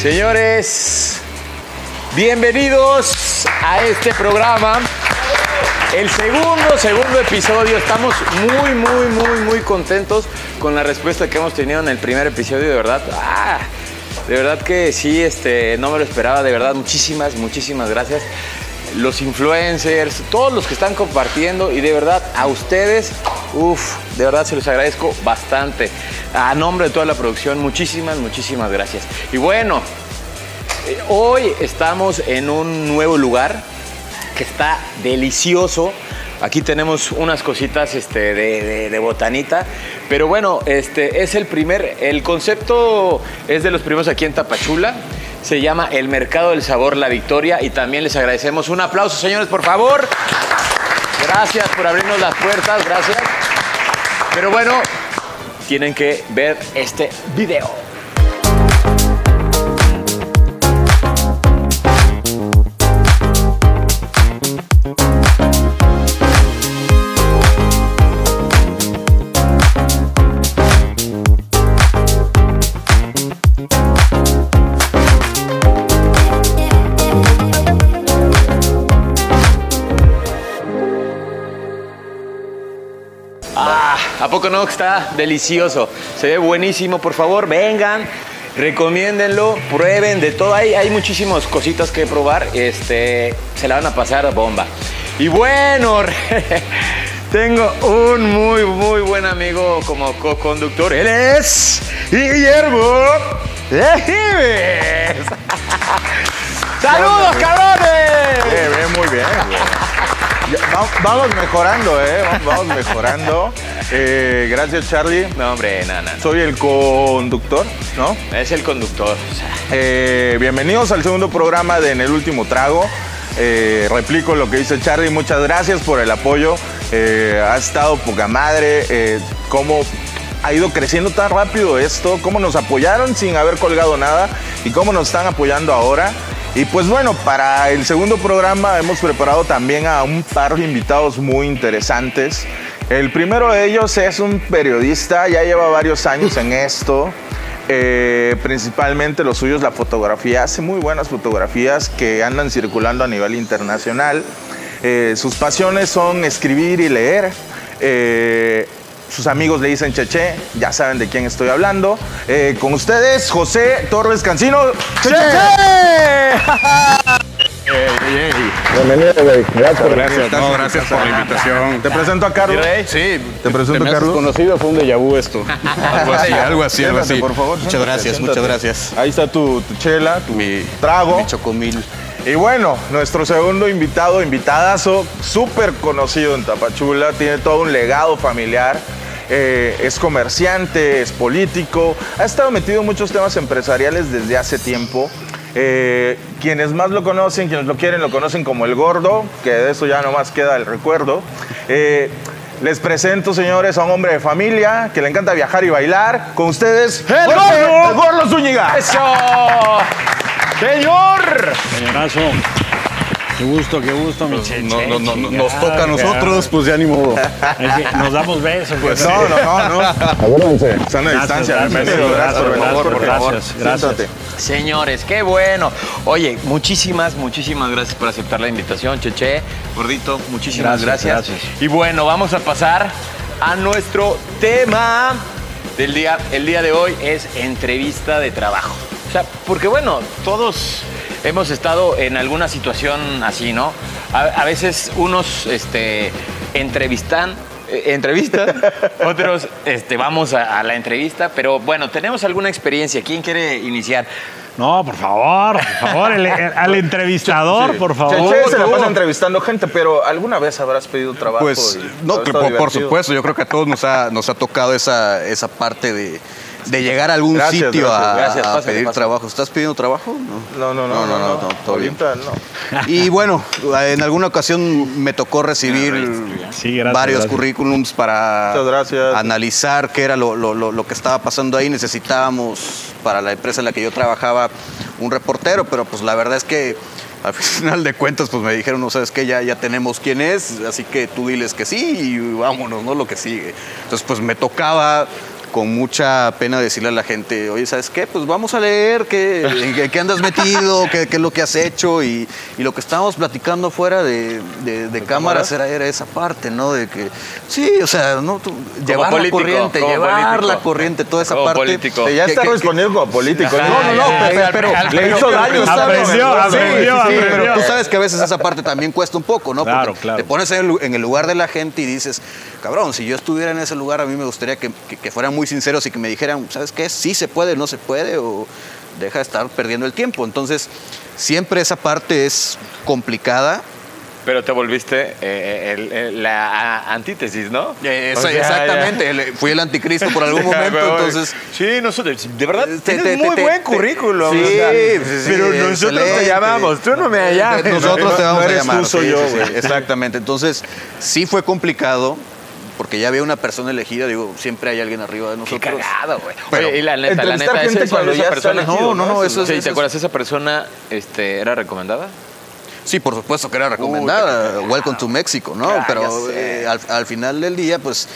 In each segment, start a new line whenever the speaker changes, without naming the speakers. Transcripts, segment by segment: Señores, bienvenidos a este programa. El segundo, segundo episodio. Estamos muy, muy, muy, muy contentos con la respuesta que hemos tenido en el primer episodio, de verdad. ¡Ah! De verdad que sí, este, no me lo esperaba, de verdad. Muchísimas, muchísimas gracias. Los influencers, todos los que están compartiendo y de verdad a ustedes, uff, de verdad se los agradezco bastante. A nombre de toda la producción, muchísimas, muchísimas gracias. Y bueno, eh, hoy estamos en un nuevo lugar que está delicioso. Aquí tenemos unas cositas este, de, de- de botanita. Pero bueno, este es el primer. El concepto es de los primeros aquí en Tapachula. Se llama El Mercado del Sabor La Victoria. Y también les agradecemos un aplauso, señores, por favor. Gracias por abrirnos las puertas. Gracias. Pero bueno, tienen que ver este video. Ah, ¿a poco no? Está delicioso. Se ve buenísimo. Por favor, vengan, recomiéndenlo, prueben de todo. Hay, hay muchísimas cositas que probar. Este, se la van a pasar bomba. Y bueno, tengo un muy, muy buen amigo como co-conductor. Él es Guillermo Ejives. ¡Saludos, cabrones!
Bien, bien, muy bien. güey. Ya, va- vamos mejorando, ¿eh? Vamos, vamos mejorando. Eh, gracias, Charlie.
No, hombre, no, no,
Soy el conductor, ¿no?
no. Es el conductor.
Eh, bienvenidos al segundo programa de En el Último Trago. Eh, replico lo que dice Charlie. Muchas gracias por el apoyo. Eh, ha estado poca madre. Eh, cómo ha ido creciendo tan rápido esto. Cómo nos apoyaron sin haber colgado nada. Y cómo nos están apoyando ahora. Y pues bueno, para el segundo programa hemos preparado también a un par de invitados muy interesantes. El primero de ellos es un periodista, ya lleva varios años en esto. Eh, principalmente lo suyo es la fotografía. Hace muy buenas fotografías que andan circulando a nivel internacional. Eh, sus pasiones son escribir y leer. Eh, sus amigos le dicen Cheche, ya saben de quién estoy hablando. Eh, con ustedes, José Torres Cancino. ¡Cheche!
Bienvenido, güey. Gracias por
Gracias,
Estás
no,
en
gracias
casa.
por la invitación.
Te presento a Carlos.
Sí,
Te presento,
me has
Carlos.
conocido, fue un déjà vu esto.
Algo así, algo así, algo
Siéntate,
así.
por favor.
Muchas
siéntate,
gracias,
siéntate.
muchas gracias.
Ahí está tu, tu chela, tu
Mi
trago.
Mi chocomil.
Y bueno, nuestro segundo invitado, invitadazo, súper conocido en Tapachula, tiene todo un legado familiar. eh, es comerciante, es político, ha estado metido en muchos temas empresariales desde hace tiempo. Eh, quienes más lo conocen, quienes lo quieren, lo conocen como el gordo, que de eso ya nomás queda el recuerdo. Eh, les presento, señores, a un hombre de familia que le encanta viajar y bailar. Con ustedes,
¡El
Jorge
Gordo!
"El Gordo Zúñiga.
¡Eso! ¡Señor!
Señorazo. Qué gusto, qué gusto, mi Cheche.
Pues, No, no, no, no,
Chingada,
nos toca a nosotros, pues ya ni modo.
Es que nos damos besos. güey.
No, no, no, no.
Acuérdense.
Están a
Gracias,
distancia.
gracias,
bienvenido,
gracias,
por
gracias,
favor, por favor.
gracias, gracias.
Siéntate.
Señores, qué bueno. Oye, muchísimas, muchísimas gracias por aceptar la invitación, Cheche, gordito, muchísimas gracias,
Gracias,
Y bueno, vamos a pasar a nuestro tema del día. El día de hoy es entrevista de trabajo. O sea, porque bueno, todos hemos estado en alguna situación así, ¿no? A, a veces unos este, entrevistan. eh, Entrevistan, otros este, vamos a, a la entrevista, pero bueno, tenemos alguna experiencia. ¿Quién quiere iniciar?
No, por favor, por favor, el- el- al
Pues,
entrevistador, por favor.
Cheche se la pasa entrevistando gente, pero ¿alguna vez habrás pedido trabajo?
Pues,
y
no,
habrá
que
estado
por, por
divertido?
supuesto, yo creo que a todos nos ha, nos ha tocado esa, esa parte de, de llegar a algún
Gracias,
sitio a-
gracias,
gracias,
a,
pásale,
pedir
pásale.
trabajo. ¿Estás pidiendo trabajo?
No, no, no, no, no,
todo bien.
Ahorita no.
Y bueno, en alguna ocasión me tocó recibir
Sí, gracias,
varios
gracias.
currículums para
Ah, Muchas gracias.
analizar qué era lo, lo- lo- lo que estaba pasando ahí. Necesitábamos para la empresa en la que yo trabajaba un reportero, pero pues la verdad es que al final de cuentas pues me dijeron, no sabes qué, ya, ya tenemos quién es, así que tú diles que sí y vámonos, ¿no? Lo que sigue. Entonces pues me tocaba con mucha pena decirle a la gente, oye, ¿sabes qué? Pues vamos a leer qué, en qué, qué andas metido, qué, qué es lo que has hecho. Y, y lo que estábamos platicando fuera de, de- de cámaras era, era esa parte, ¿no? De que, sí, o sea, no, tú- llevar
político,
la corriente,
como
llevar
político.
la corriente, toda esa
Como
parte.
político.
Que ya
que-
está
que-
respondiendo como político.
Ajá,
no, no, no,
ya,
pero,
ya,
pero
ya,
le
ya,
hizo
ya,
daño.
ya,
¿sabes?
aprendió,
Sí,
aprendió,
sí, sí,
aprendió.
pero-
Tú sabes que a veces esa parte también cuesta un poco, ¿no?
Claro,
Porque
claro.
Te pones en el, lu- en el lugar de la gente y dices, cabrón, si yo estuviera en ese lugar, a mí me gustaría que, que- que fueran muy sinceros y que me dijeran, ¿sabes qué? Sí se puede, no se puede, o deja de estar perdiendo el tiempo. Entonces, siempre esa parte es complicada.
Pero te volviste eh, el- el- la a- antítesis, ¿no?
Eh,
O
esa-
sea,
exactamente, el- fui el anticristo por algún
ya.
momento, entonces...
Sí, nosotros, de verdad,
Te-
tienes
te-
muy
te-
buen
te-
currículum.
sí,
o sea,
sí, sí,
pero nosotros te
excelente. Eh,
llamamos, tú no me llamas.
Nosotros te
No
vamos a
eres
llamar.
tú, soy
sí,
yo,
sí, sí,
güey.
exactamente. Entonces, sí fue complicado, porque ya había una persona elegida, digo, siempre hay alguien arriba de
Qué
nosotros.
cagado, güey.
Pero
Oye, y la neta, la
entrevistar
neta,
gente
ese-
cuando
esa
ya está
persona.
elegido,
No, no, no, eso es-
Sí, ¿te
eso es-
acuerdas? ¿Esa persona este, era recomendada?
Sí, por supuesto que era recomendada. Welcome to México, ¿no?
Ah, ya
Pero
sé.
eh, al, al final del día, pues,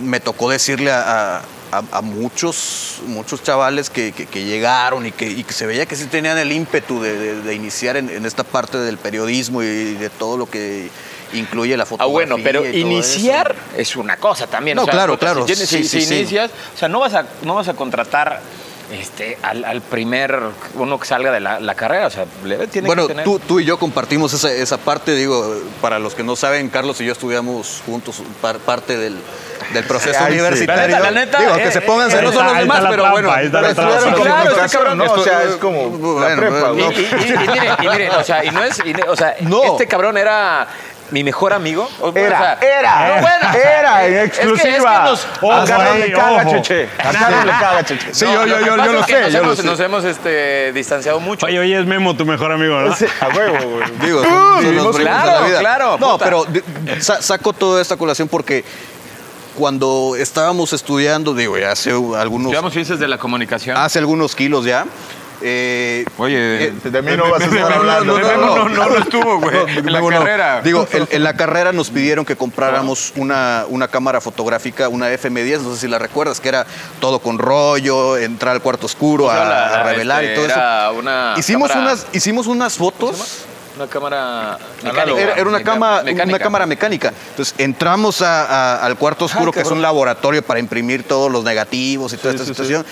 me tocó decirle a, a- a- a muchos, muchos chavales que, que- que llegaron y que, y que se veía que sí tenían el ímpetu de, de- de iniciar en, en esta parte del periodismo y de todo lo que incluye la
Ah,
fotografía.
bueno, pero
y todo eso.
iniciar es una cosa también.
No,
o sea,
claro,
puta,
claro,
Si, tienes-
sí,
si-
sí,
si
sí.
inicias, o sea, no vas a, no vas a contratar este, al, al primer uno que salga de la, la carrera. O sea, le tiene
bueno,
que tener...
tú, tú y yo compartimos esa, esa parte, digo, para los que no saben, Carlos y yo estudiamos juntos par- parte del, del proceso
Ay, sí.
universitario.
La neta, la neta,
digo,
eh,
que se pongan
eh,
celosos
ahí
los
está
demás,
la
pero
trampa,
bueno.
ahí está la
pero
trampa.
estudiaron
Claro, este
comunicación,
cabrón,
¿no? O sea,
estu-
es como la
Bueno,
prepa,
Y,
¿no?
y- y- y miren, y miren, o sea, y no es. y no- o sea,
No.
este cabrón era mi mejor amigo. O- bueno,
Era,
o sea,
era,
no, bueno, o sea,
era en
es que- es que
exclusiva.
nos-
A
Ojo
Carlos
ahí,
le caga,
ojo.
Cheche. A Carlos le caga, Cheche.
Sí,
no,
yo, yo,
que
yo,
pasa
yo lo
es que
sé,
nos
yo lo
hemos-
sé.
Nos hemos este, distanciado mucho.
Oye, oye, es Memo tu mejor amigo, ¿no?
Sí, A huevo, güey.
Digo, son- son los
vivimos
primos de la
claro,
vida.
claro,
No,
puta.
pero de- sa- saco toda esta colación porque cuando estábamos estudiando, digo, ya hace algunos,
Llevamos ciencias de la comunicación.
hace algunos kilos ya. eh,
Oye,
Ah, eh,
de mí no vas a estar hablando.
no, no, no, no,
estuvo, güey.
En la carrera. Digo, en, en la carrera nos pidieron que compráramos una, una cámara fotográfica, una FM10, no sé si la recuerdas, que era todo con rollo, entrar al cuarto oscuro
O sea,
a,
Pues la-
a revelar
este,
y todo
era
eso.
una
hicimos,
cámara-
unas, hicimos unas fotos.
Una cámara mecánica.
Era, era una,
Meca-
cama- una
mecánica. Ah,
cámara mecánica. Entonces entramos a- a- al cuarto oscuro, que es un laboratorio para imprimir todos los negativos y toda esta situación.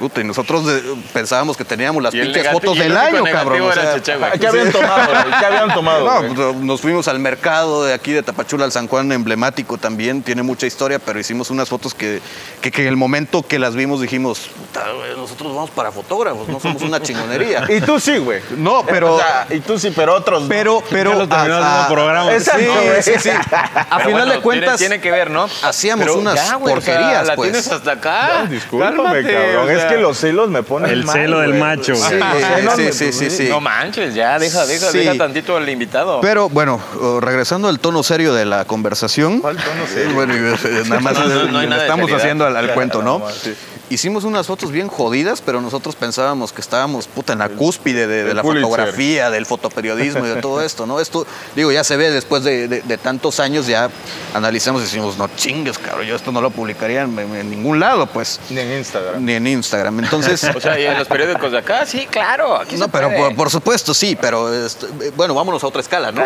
Puta, y nosotros eh, pensábamos que teníamos las
Y el
pinches
negati-
fotos
y el
del
único
año,
negativo
cabrón. o
era
sea,
Cheche, güey.
Ah, ¿Qué habían tomado? güey? ¿Qué habían tomado?
no,
güey?
pues, nos fuimos al mercado de aquí de Tapachula al San Juan, emblemático también, tiene mucha historia, pero hicimos unas fotos que, que, que en el momento que las vimos dijimos, "Puta, güey, nosotros vamos para fotógrafos, no somos una chingonería.
Y tú sí, güey.
No, pero-
O sea, y tú sí, pero otros. no.
Pero, pero. ah,
Ya lo terminó haciendo programa.
Sí,
Exacto, güey.
sí, sí. A
Pero
final
bueno,
de cuentas,
Tiene, tiene que ver, ¿no?
hacíamos unas
güey, o sea,
porquerías,
la
pues.
tienes hasta acá.
Discúlpame,
Cálmate,
cabrón.
o sea,
es que los celos me ponen.
El
mal,
celo del
güey.
macho, güey.
Ah, Sí, sí, sí, sí, sí.
No manches, ya, deja, deja,
Sí.
deja tantito al invitado.
Pero bueno, oh, regresando al tono serio de la conversación.
¿Cuál tono serio?
Bueno, y- nada más
No, no, no hay nada de
estamos
seriedad.
haciendo al, al cuento, ¿no?
más, sí.
Hicimos unas fotos bien jodidas, pero nosotros pensábamos que estábamos puta en la cúspide de, de
el
la
Pulitzer.
fotografía, del fotoperiodismo y de todo esto, ¿no? Esto, digo, ya se ve después de, de- de tantos años, ya analizamos y decimos, no chingues, cabrón, yo esto no lo publicaría en, en ningún lado, pues,
Ni en Instagram.
ni en Instagram. Entonces,
O sea, y en los periódicos de acá, sí, claro. Aquí
no,
se
pero
puede.
por, por supuesto sí, pero este, bueno, vámonos a otra escala, ¿no?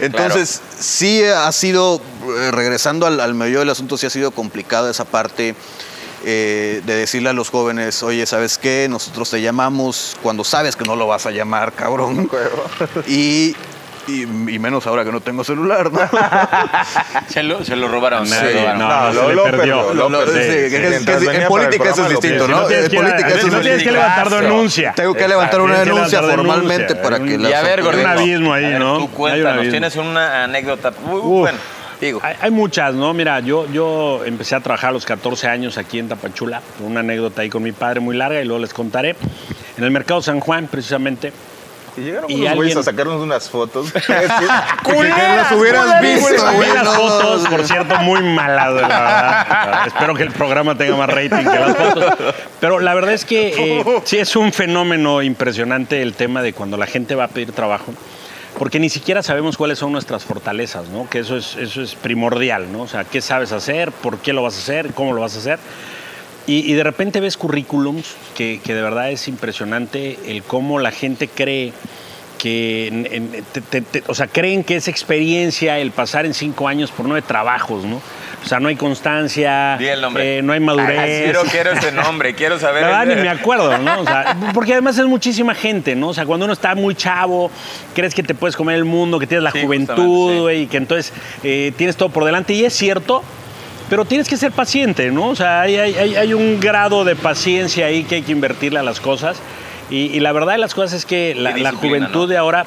Entonces, sí ha sido, eh, regresando al, al medio del asunto, sí ha sido complicado esa parte eh, de decirle a los jóvenes, oye, ¿sabes qué? Nosotros te llamamos cuando sabes que no lo vas a llamar, cabrón. Y, y, y menos ahora que no tengo celular, ¿no?
Se lo, se lo robaron.
Sí,
se lo robaron.
no,
No,
no,
lo-
se le
lo
perdió.
perdió, lo-
Lo- lo-
sí,
sí, que-
sí,
que- que-
mientras venía
en
por el
política es
programa, lo
distinto,
Si no
¿no?
tienes
En
que,
política eso es
no tienes que
distinto.
levantar denuncia.
Tengo que
Exacto,
levantar una
tienes que
denuncia
levantar
formalmente para
Hay
que
un-
la-
Y a ver,
Hay un
Gordito.
abismo ahí,
a ver,
¿no? Hay
Tú
un
cuéntanos,
abismo.
tienes una anécdota. Muy
Uf.
bueno, digo.
Hay, hay muchas, ¿no? Mira, yo, yo empecé a trabajar a los 14 años aquí en Tapachula, por una anécdota ahí con mi padre muy larga y luego les contaré. En el mercado San Juan, precisamente.
Y llegaron
Y
unos güeyes
alguien-
a sacarnos unas fotos. ¡Culeras!
las hubieras visto,
Subí
güey,
pues, las
no,
fotos,
no,
por cierto, muy malas, la verdad. Espero que el programa tenga más rating que las fotos. Pero la verdad es que eh, sí es un fenómeno impresionante el tema de cuando la gente va a pedir trabajo. porque ni siquiera sabemos cuáles son nuestras fortalezas, ¿no? Que eso es, eso es primordial, ¿no? O sea, qué sabes hacer, por qué lo vas a hacer, cómo lo vas a hacer. Y, y de repente ves currículums que, que de verdad es impresionante el cómo la gente cree que, en- en- te- te- te- o sea, creen que es experiencia el pasar en cinco años por nueve trabajos, ¿no? O sea, no hay constancia,
Di el nombre.
eh, no hay
Ah,
madurez.
quiero, quiero ese nombre, quiero saber.
La verdad
ese-
ni me acuerdo, ¿no? O sea, porque además es muchísima gente, ¿no? O sea, cuando uno está muy chavo, crees que te puedes comer el mundo, que tienes la
Sí, justamente, sí.
juventud, güey, y que entonces eh, tienes todo por delante. Y es cierto, pero tienes que ser paciente, ¿no? O sea, hay, hay- hay- hay un grado de paciencia ahí que hay que invertirle a las cosas. Y, y la verdad de las cosas es que la, la
disciplina,
juventud
¿no?
de ahora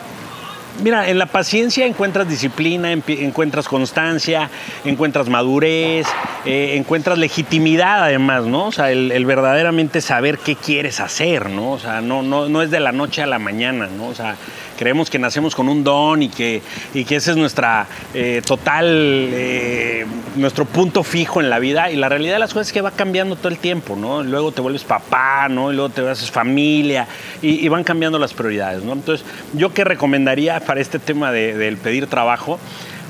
Mira, en la paciencia encuentras disciplina, empi- encuentras constancia, encuentras madurez, eh, encuentras legitimidad además, ¿no? O sea, el, el verdaderamente saber qué quieres hacer, ¿no? O sea, no, no, no es de la noche a la mañana, ¿no? O sea, creemos que nacemos con un don y que, y que ese es nuestra eh, total, eh, nuestro punto fijo en la vida. Y la realidad de las cosas es que va cambiando todo el tiempo, ¿no? Luego te vuelves papá, ¿no? Y luego te haces familia y, y van cambiando las prioridades, ¿no? Entonces, yo que recomendaría para este tema de- del pedir trabajo,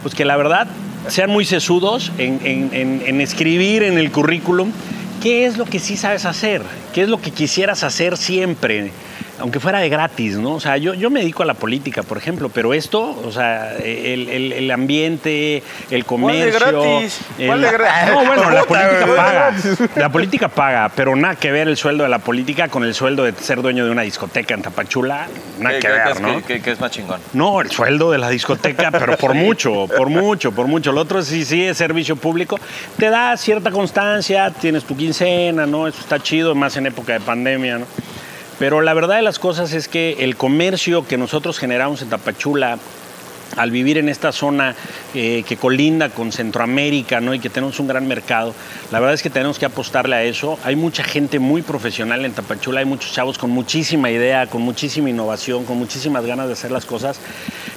pues que la verdad sean muy sesudos en, en- en- en escribir en el currículum qué es lo que sí sabes hacer, qué es lo que quisieras hacer siempre, aunque fuera de gratis, ¿no? O sea, yo, yo me dedico a la política, por ejemplo, pero esto, o sea, el, el- el ambiente, el
¿Cuál de
comercio...
gratis? ¿Cuál
el-
de gratis?
No, bueno, la
Puta,
política
güey.
paga. La política paga, pero nada que ver el sueldo de la política con el sueldo de ser dueño de una discoteca en Tapachula,
¿Qué-
nada que
qué- qué
ver,
es-
¿no?
qué- qué- qué es más chingón?
No, el sueldo de la discoteca, pero por mucho, por mucho, por mucho. Lo otro sí, sí es servicio público. Te da cierta constancia, tienes tu quincena, ¿no? Eso está chido, más en época de pandemia, ¿no? Pero la verdad de las cosas es que el comercio que nosotros generamos en Tapachula, al vivir en esta zona eh, que colinda con Centroamérica ¿no? y que tenemos un gran mercado, la verdad es que tenemos que apostarle a eso. Hay mucha gente muy profesional en Tapachula, hay muchos chavos con muchísima idea, con muchísima innovación, con muchísimas ganas de hacer las cosas,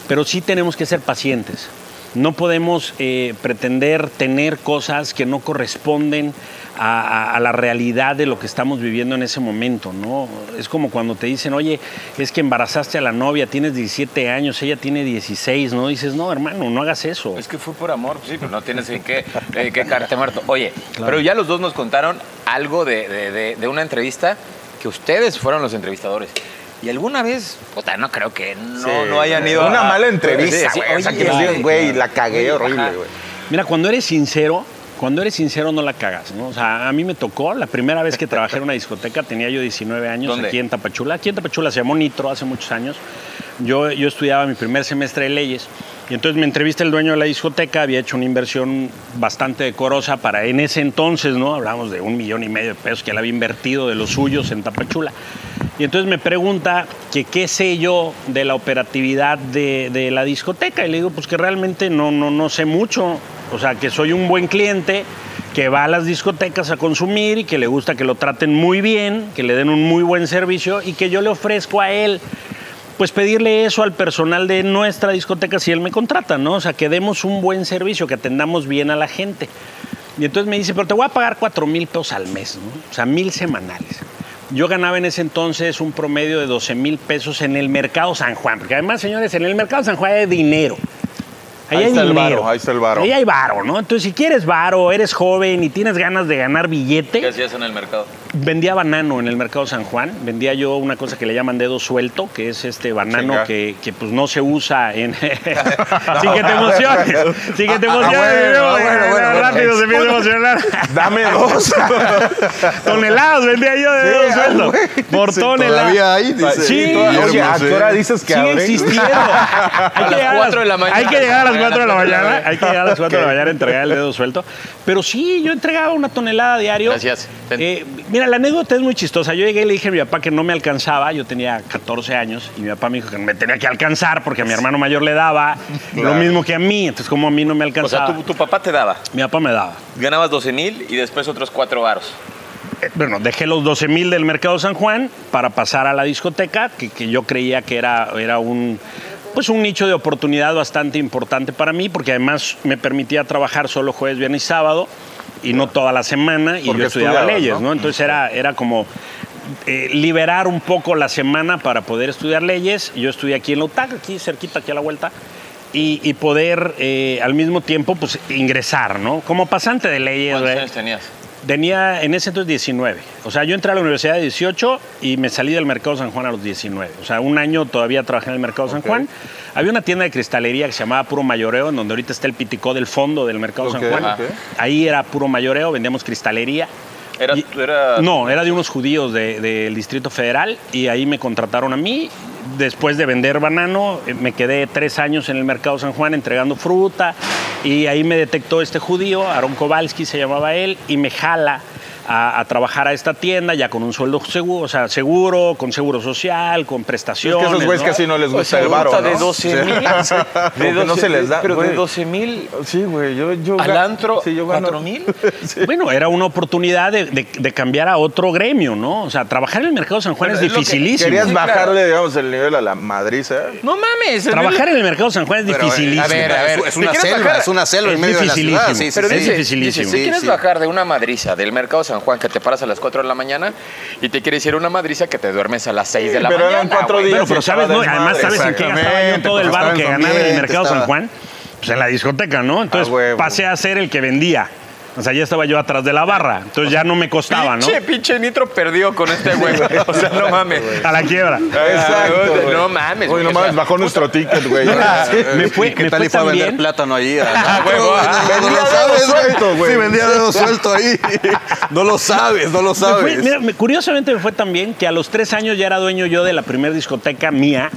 pero sí tenemos que ser pacientes. No podemos eh, pretender tener cosas que no corresponden a, a- a la realidad de lo que estamos viviendo en ese momento, ¿no? Es como cuando te dicen, oye, es que embarazaste a la novia, tienes 17 años, ella tiene 16, ¿no? Dices, no, hermano, no hagas eso.
Es que fue por amor, sí, pero no tienes en qué, eh, qué cagarte muerto. Oye, pero ya los dos nos contaron algo de, de- de- de una entrevista que ustedes fueron los entrevistadores. Y alguna vez, puta, no creo que no, no hayan ido
Una
a-
mala
Sí,
entrevista,
sí,
güey. o sea,
oye,
que nos digan,
sí,
güey,
claro.
la cagué horrible,
Ajá.
güey.
Mira, cuando eres sincero, cuando eres sincero no la cagas, ¿no? O sea, a mí me tocó, la primera vez que trabajé en una discoteca tenía yo 19 años
¿Dónde?
aquí en Tapachula. Aquí en Tapachula se llamó Nitro hace muchos años. Yo, yo estudiaba mi primer semestre de leyes y entonces me entrevista el dueño de la discoteca, había hecho una inversión bastante decorosa para en ese entonces, ¿no? Hablábamos de un millón y medio de pesos que él había invertido de los suyos en Tapachula. Y entonces me pregunta que qué sé yo de la operatividad de, de la discoteca. Y le digo, pues que realmente no, no, no sé mucho. O sea, que soy un buen cliente, que va a las discotecas a consumir y que le gusta que lo traten muy bien, que le den un muy buen servicio y que yo le ofrezco a él pues pedirle eso al personal de nuestra discoteca si él me contrata, ¿no? O sea, que demos un buen servicio, que atendamos bien a la gente. Y entonces me dice, pero te voy a pagar cuatro mil pesos al mes, ¿no? O sea, mil semanales. Yo ganaba en ese entonces un promedio de 12 mil pesos en el mercado San Juan, porque además, señores, en el mercado San Juan hay dinero.
Ahí está el
dinero.
varo, ahí está el varo.
Ahí hay varo, ¿no? Entonces, si quieres varo, eres joven y tienes ganas de ganar billete,
¿Qué hacías en el mercado?
vendía banano en el mercado San Juan. Vendía yo una cosa que le llaman dedo suelto, que es este banano
Chinga.
que, que, pues no se usa en. sí que te emociones. Sí que te emociones.
bueno, ah, bueno, bueno, bueno.
rápido se empieza a emocionar.
Dame dos.
toneladas vendía yo de
Sí,
dedo
ah,
suelto.
güey.
Por
Sí,
toneladas.
Todavía hay, dice.
Sí,
Oye,
Guillermo,
ah, tú ahora dices que
Sigue
abren.
existiendo. Hay
las
que llegar a
cuatro de la mañana.
Hay que llegar a las 4 de la mañana.
Ok.
Hay que llegar a las 4 de la mañana a entregar el dedo suelto. Pero sí, yo entregaba una tonelada diario.
Gracias. Ten.
Eh, mira, la anécdota es muy chistosa. Yo llegué y le dije a mi papá que no me alcanzaba. Yo tenía 14 años y mi papá me dijo que me tenía que alcanzar porque a mi hermano mayor le daba lo mismo que a mí. Entonces, como a mí no me
O sea,
alcanzaba,
tu, tu papá te daba,
mi papá me daba.
ganabas 12 mil y después otros cuatro varos.
Eh, bueno, dejé los 12 mil del Mercado San Juan para pasar a la discoteca, que, que yo creía que era, era un, pues un nicho de oportunidad bastante importante para mí, porque además me permitía trabajar solo jueves, viernes y sábado, y no toda la semana, y
Porque
yo estudiaba
estudiabas,
leyes,
¿no?
¿no? Entonces era, era como eh, liberar un poco la semana para poder estudiar leyes. Yo estudié aquí en la UTAC, aquí cerquita, aquí a la vuelta. Y, y poder eh, al mismo tiempo pues ingresar, ¿no? Como pasante de leyes.
¿Cuántos
güey.
años tenías?
Tenía en ese entonces 19. O sea, yo entré a la universidad de 18 y me salí del Mercado San Juan a los 19. O sea, un año todavía trabajé en el Mercado San Juan. Había una tienda de cristalería que se llamaba Puro Mayoreo, en donde ahorita está el piticó del fondo del Mercado
Ok,
San Juan.
ok.
Ahí era Puro Mayoreo, vendíamos cristalería.
Era-
Y-
era-
No, era de unos judíos de- del Distrito Federal y ahí me contrataron a mí. Después de vender banano, eh, me quedé tres años en el Mercado San Juan entregando fruta y ahí me detectó este judío, Aaron Kowalski se llamaba él, y me jala a, a trabajar a esta tienda ya con un sueldo seguro, o sea, seguro, con seguro social, con
Es
prestaciones.
que esos güeyes
¿no?
casi no les
O
gusta
sea,
el varo,
ahorita
¿no?
de 12 mil.
Como que no se les da.
Pero de
güey.
12 mil
Sí, güey, yo, yo
al
gano-
antro,
sí, yo gano-
4 mil.
Bueno, era una oportunidad de, de- de cambiar a otro gremio, ¿no? O sea, trabajar en el Mercado San Juan
Bueno,
es
es lo que
dificilísimo.
Querías
Sí, claro.
bajarle, digamos, el nivel a la madriza.
No mames.
Trabajar en el Mercado San Juan es
Pero, eh,
dificilísimo.
a ver, a ver.
Es una
¿Te quieres
selva,
bajar?
es una selva
Es
en medio de la
dificilísimo.
ciudad. Sí, sí,
Pero
sí.
dice,
dificilísimo.
dice, si
Sí,
quieres
sí.
bajar de una madriza del mercado San Juan que te paras a las 4 de la mañana y te quieres ir a una madriza que te duermes a las 6 de la
Pero
mañana.
eran cuatro
güey.
días.
Bueno,
y
pero sabes,
estaba
no,
de
además,
madre.
¿sabes en qué gastaba yo
Exactamente,
todo el
pues,
varo
estaba
que
en
ganaba en el
ambiente,
mercado
estaba-
San Juan? Pues en la discoteca, ¿no? Entonces
Ah, huevo.
pasé a ser el que vendía. O sea, ya estaba yo atrás de la barra. Entonces ya no me costaba, ¿no?
Pinche, pinche nitro perdió con este güey. O sea, no mames.
A la quiebra.
Exacto. güey.
No mames,
Oye,
güey,
no
o
mames,
sea,
bajó nuestro ticket, güey.
Me fue,
¿Y ¿Qué
me
tal
fue
y fue a
tan
vender
bien.
plátano ahí?
Ah, huevo, ah,
no
vendía
lo
dedo
sabes,
suelto, güey.
güey. Sí, vendía dedo suelto ahí. No lo sabes, no lo
Me fue-
sabes.
mira, me- curiosamente me fue tan bien que a los tres años ya era dueño yo de la primera discoteca mía.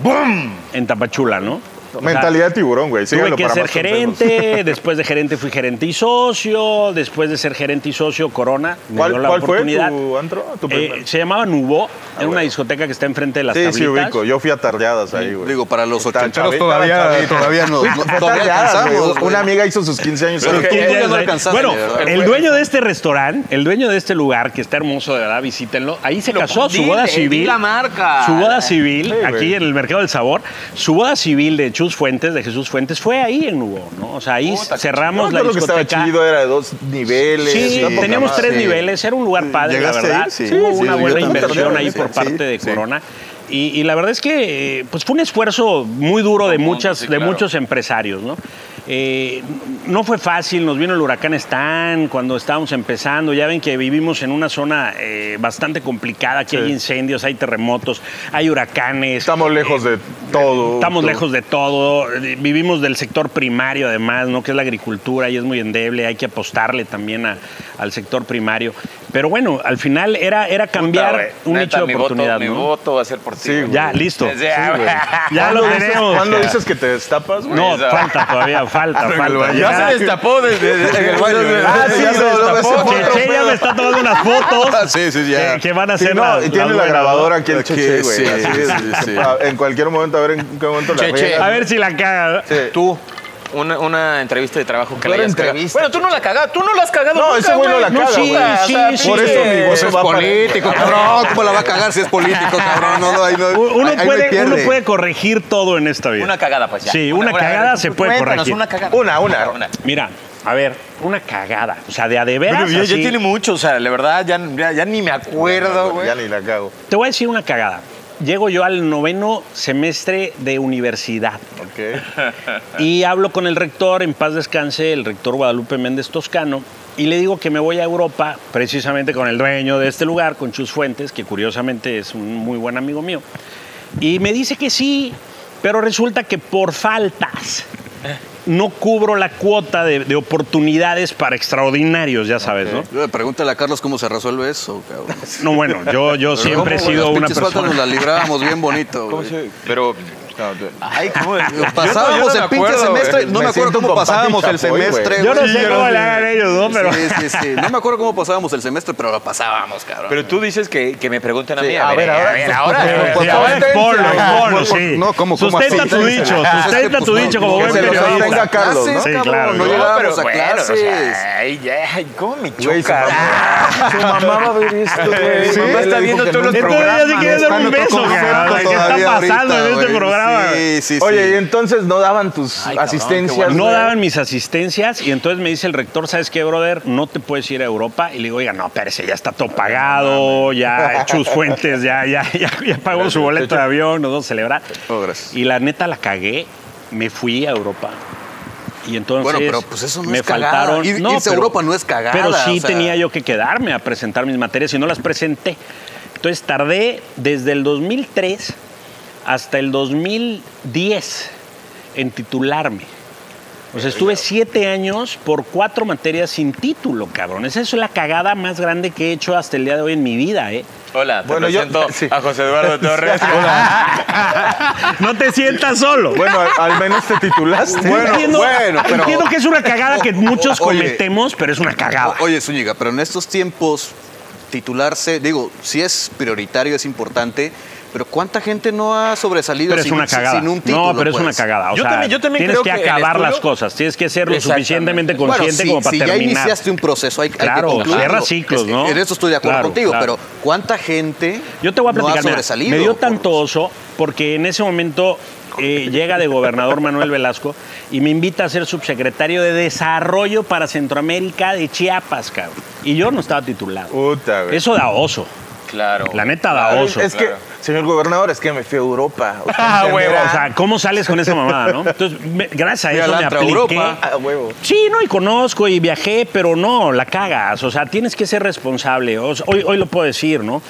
En Tapachula, ¿no? O sea,
Mentalidad tiburón, güey.
Tuve
Síganlo
que
para
ser
más consejos.
gerente, después de gerente fui gerente y socio, después de ser gerente y socio, Corona me dio
¿Cuál,
la
cuál fue
oportunidad.
tu antro? Tu
Eh,
primer-
se llamaba Nubo, era una discoteca que está enfrente de las
Ah, sí,
tablitas.
sí, ubico. Yo fui a tardeadas ahí, güey.
Digo, para los
Está
ochenteros
chavito,
todavía,
chavito.
todavía no, no- todavía
Tardeadas,
alcanzamos.
güey.
güey.
Una amiga hizo sus 15 años.
Pero
ahí.
tú-
Eh,
ya no
eh,
alcanzaste,
bueno,
de verdad.
el dueño de este restaurante, el dueño de este lugar que está hermoso de verdad, visítenlo. Ahí se casó su
dile,
boda
di
civil.
la marca.
Su boda civil
Sí, güey.
aquí en el Mercado del Sabor, su boda civil de Chus Fuentes, de Jesús Fuentes fue ahí en Nubo, ¿no? O sea, ahí
No
cerramos
me
la
acuerdo que estaba
discoteca.
chido, era de dos niveles.
Sí,
está poca
teníamos
madre.
tres
sí.
niveles, era un lugar padre, la
Mm, ¿Llegaste a
verdad.
ir? Sí,
Hubo
sí,
una
yo
buena
también.
inversión ahí por
Sí,
parte de
sí.
Corona. Y, y la verdad es que eh, pues fue un esfuerzo muy duro de, muchas,
sí,
de
claro.
muchos empresarios, ¿no? Eh, no fue fácil, nos vino el huracán Stan cuando estábamos empezando, ya ven que vivimos en una zona eh, bastante complicada, aquí hay incendios, hay terremotos, hay huracanes. Eh,
Estamos lejos de todo.
Estamos
todo.
lejos de todo, eh, vivimos del sector primario además, ¿no? que es la agricultura y es muy endeble, hay que apostarle también a- al sector primario. Pero bueno, al final era, era cambiar
güey,
un
neta,
nicho de
mi voto-
oportunidad.
Mi
¿no?
voto va a ser por ti.
Sí,
güey.
güey.
Ya, listo.
Desde- ah, güey.
Ya lo
¿Cuándo dices-
tenemos.
¿Cuándo
o sea.
dices que te destapas, güey?
No,
Esa-
falta todavía, falta, falta.
Ya se destapó desde, desde el baño. güey.
Ah, sí,
Ya se
no, no,
destapó.
ese fue otro
Cheche ya
pedo.
me está tomando unas fotos
Ah, Sí, sí, ya.
que, que van a
Sí,
ser
no,
las-
y tiene
las
la
buenas,
grabadora
¿no?
aquí el
Aquí,
cheche, güey.
sí,
así
sí,
es,
sí, sí.
pa- En cualquier momento, a ver en qué momento la
Cheche.
riegas.
A ver si la caga.
Sí.
Tú, una, una entrevista de trabajo que
Una
le hayas
entrevista.
cagado. Bueno, tú no la cagaste, tú no la has cagado
No,
nunca,
ese güey no la caga,
sí,
güey.
sí,
o sea,
sí.
Por eso mi voz
es
va para-
político,
Cabrón, ¿cómo la va a cagar si es político, cabrón? No, no, ahí no,
Uno
ahí- ahí me
puede, uno
pierde.
puede corregir todo en esta vida.
Una cagada, pues ya.
Sí, una
a ver,
cagada
tú-
se
tú
puede
cuéntanos,
corregir.
Una cagada.
Una, una.
Mira, a ver, una cagada. O sea, de a de veras,
Pero ya, ya
así.
tiene mucho, o sea, la verdad, ya, ya, ya ni me acuerdo, güey.
Ya ni la cago.
Te voy a decir una cagada. Llego yo al noveno semestre de universidad
Ok.
y hablo con el rector, en paz descanse, el rector Guadalupe Méndez Toscano, y le digo que me voy a Europa precisamente con el dueño de este lugar, con Chus Fuentes, que curiosamente es un muy buen amigo mío. Y me dice que sí, pero resulta que por faltas no cubro la cuota de, de oportunidades para extraordinarios, ya sabes, ¿no?
Pregúntale a Carlos cómo se resuelve eso, cabrón.
No, bueno, yo, yo siempre he
¿Cómo, güey?
sido
Las
una
pinches faltas
persona.
nos las librábamos bien bonito, güey.
Pero.
Ay, ¿cómo? Yo no- yo no
Pasábamos
me
el pinche
acuerdo,
semestre,
güey.
no
Me
me acuerdo
siento
cómo
con Pati
pasábamos el
Chapoy, güey.
semestre,
Yo no
güey.
sé cómo le hagan ellos, ¿no? Pero.
Sí, sí, sí. No me acuerdo cómo pasábamos el semestre, pero la pasábamos, cabrón.
Pero tú dices que, que me preguntan a mí.
Sí,
a,
a
ver,
ver, ahora-
a ver, ahora.
Sí,
Pero,
sí,
pues,
a ver,
ponte-
expónlo,
Ah,
expónlo,
por-
sí.
no, ¿cómo- cómo
Sustenta
así?
tu dicho,
Ah,
sustenta
pues,
tu
no,
dicho como
que
buen
se lo
periodista.
sostenga Carlos, ¿no?
Sí,
cabrón,
claro.
no
¿no?
llegaba.
pero
llegábamos a
bueno, o sea,
clases.
ay, ya, ay, cómo me
Güey, su
choca.
mamá va a ver esto, güey.
Sí,
Mamá
está
le dijo
viendo
que
todos
no
los
me-
Entonces ya sí quería
Está
dar
en
un
otro
beso,
concepto
cabrón. Pues, ¿Qué está
Pues, todavía
pasando
ahorita,
en este
güey.
daban.
Sí, sí,
Oye,
sí.
y entonces no daban tus
Ay, cabrón, qué
asistencias.
bueno.
No
güey?
daban mis asistencias y entonces me dice el rector, ¿sabes qué, brother? No te puedes ir a Europa. Y le digo, oiga, no, espérese, ya está todo pagado, ya Chus Fuentes, ya, ya, ya, ya pagó su boleto de avión, nos vamos a celebrar.
Oh, gracias.
Y la neta la cagué, me fui a Europa. Y entonces
Bueno, pero, pues, eso no
me
es cagada.
faltaron.
Ir- irse a Europa no es cagada,
Pero sí
o sea.
tenía yo que quedarme a presentar mis materias y no las presenté. Entonces tardé desde el 2003 hasta el 2010 en titularme. O sea, estuve siete años por cuatro materias sin título, cabrón. Esa es la cagada más grande que he hecho hasta el día de hoy en mi vida, ¿eh?
Hola, te
Bueno, yo-
presento
sí.
a José Eduardo Torres.
No te sientas solo.
Bueno, al- al menos te titulaste.
Yo entiendo, ah,
bueno, pero.
entiendo que es una cagada que muchos
Oye.
cometemos, pero es una cagada.
O- Oye, Zúñiga, pero en estos tiempos titularse, digo, sí es prioritario, es importante, pero ¿cuánta gente no ha sobresalido
pero es
sin,
una cagada.
sin un título?
no, pero es una
pues?
cagada. O
Yo
sea,
también- yo también
tienes
creo
que
que el
acabar las
estudio-
cosas. Tienes que ser lo
Exactamente.
suficientemente
Bueno,
consciente
si,
como para
si ya
terminar.
iniciaste un proceso, hay, hay
Claro,
que concluirlo.
cierra ciclos, ¿no?
En eso estoy de acuerdo
Claro,
contigo,
claro.
pero ¿cuánta gente
Yo te voy a
no ha
platicar. mira,
sobresalido? pues.
me dio
por-
tanto oso porque en ese momento eh, llega de gobernador Manuel Velasco y me invita a ser subsecretario de Desarrollo para Centroamérica de Chiapas, cabrón. Y yo no estaba titulado.
Puta, güey.
Eso da oso.
Claro.
La neta da
Ay,
oso.
Es que, señor gobernador, es que me fui a Europa. Usted
Ah,
entenderá.
huevo. O sea, ¿cómo sales con esa mamada, no? Entonces, me- gracias a
Mira,
eso
la
me
otra
apliqué.
Europa.
Ah, huevo.
Sí, no, y conozco y viajé, pero no, la cagas. O sea, tienes que ser responsable. O sea, hoy, hoy lo puedo decir, ¿no?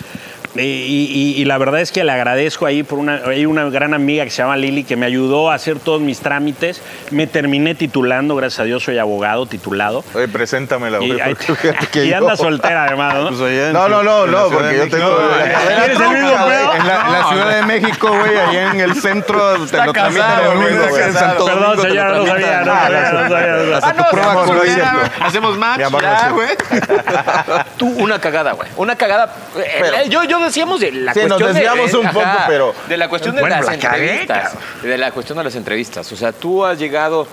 Eh, y, y- y la verdad es que le agradezco ahí por una, hay una gran amiga que se llama Lili que me ayudó a hacer todos mis trámites. Me terminé titulando, gracias a Dios soy abogado titulado.
Oye, preséntamela,
Y,
güey.
ahí-
porque fíjate que
y
yo-
anda soltera además, ¿no?
Pues allá en
No,
Ciud-
no, no,
en la
no,
Ciudad
porque
de
yo
México,
tengo.
güey.
la cadera
¿Quieres el
tronca,
mismo
güey.
pedo?
En la, en la Ciudad de México, güey, allá en el centro te lo tramitan
casado,
el
güey,
domingo,
está
güey.
casado.
Hasta-
Perdón,
domingo te
señora,
lo
no sabía,
tramitan.
no sabía, no sabía, no sabía.
Hacemos tu prueba
no,
COVID.
es cierto.
Hacemos match,
Mi amor, no es
ya,
cierto.
güey.
Tú, una cagada, güey. Una cagada. eh, eh, yo, yo decíamos de la
Sí, nos
cuestión. de-
desviamos
de-
un poco, pero-
De la cuestión de
Bueno,
las
la cagué,
entrevistas. de la cuestión de las entrevistas. O sea, tú has llegado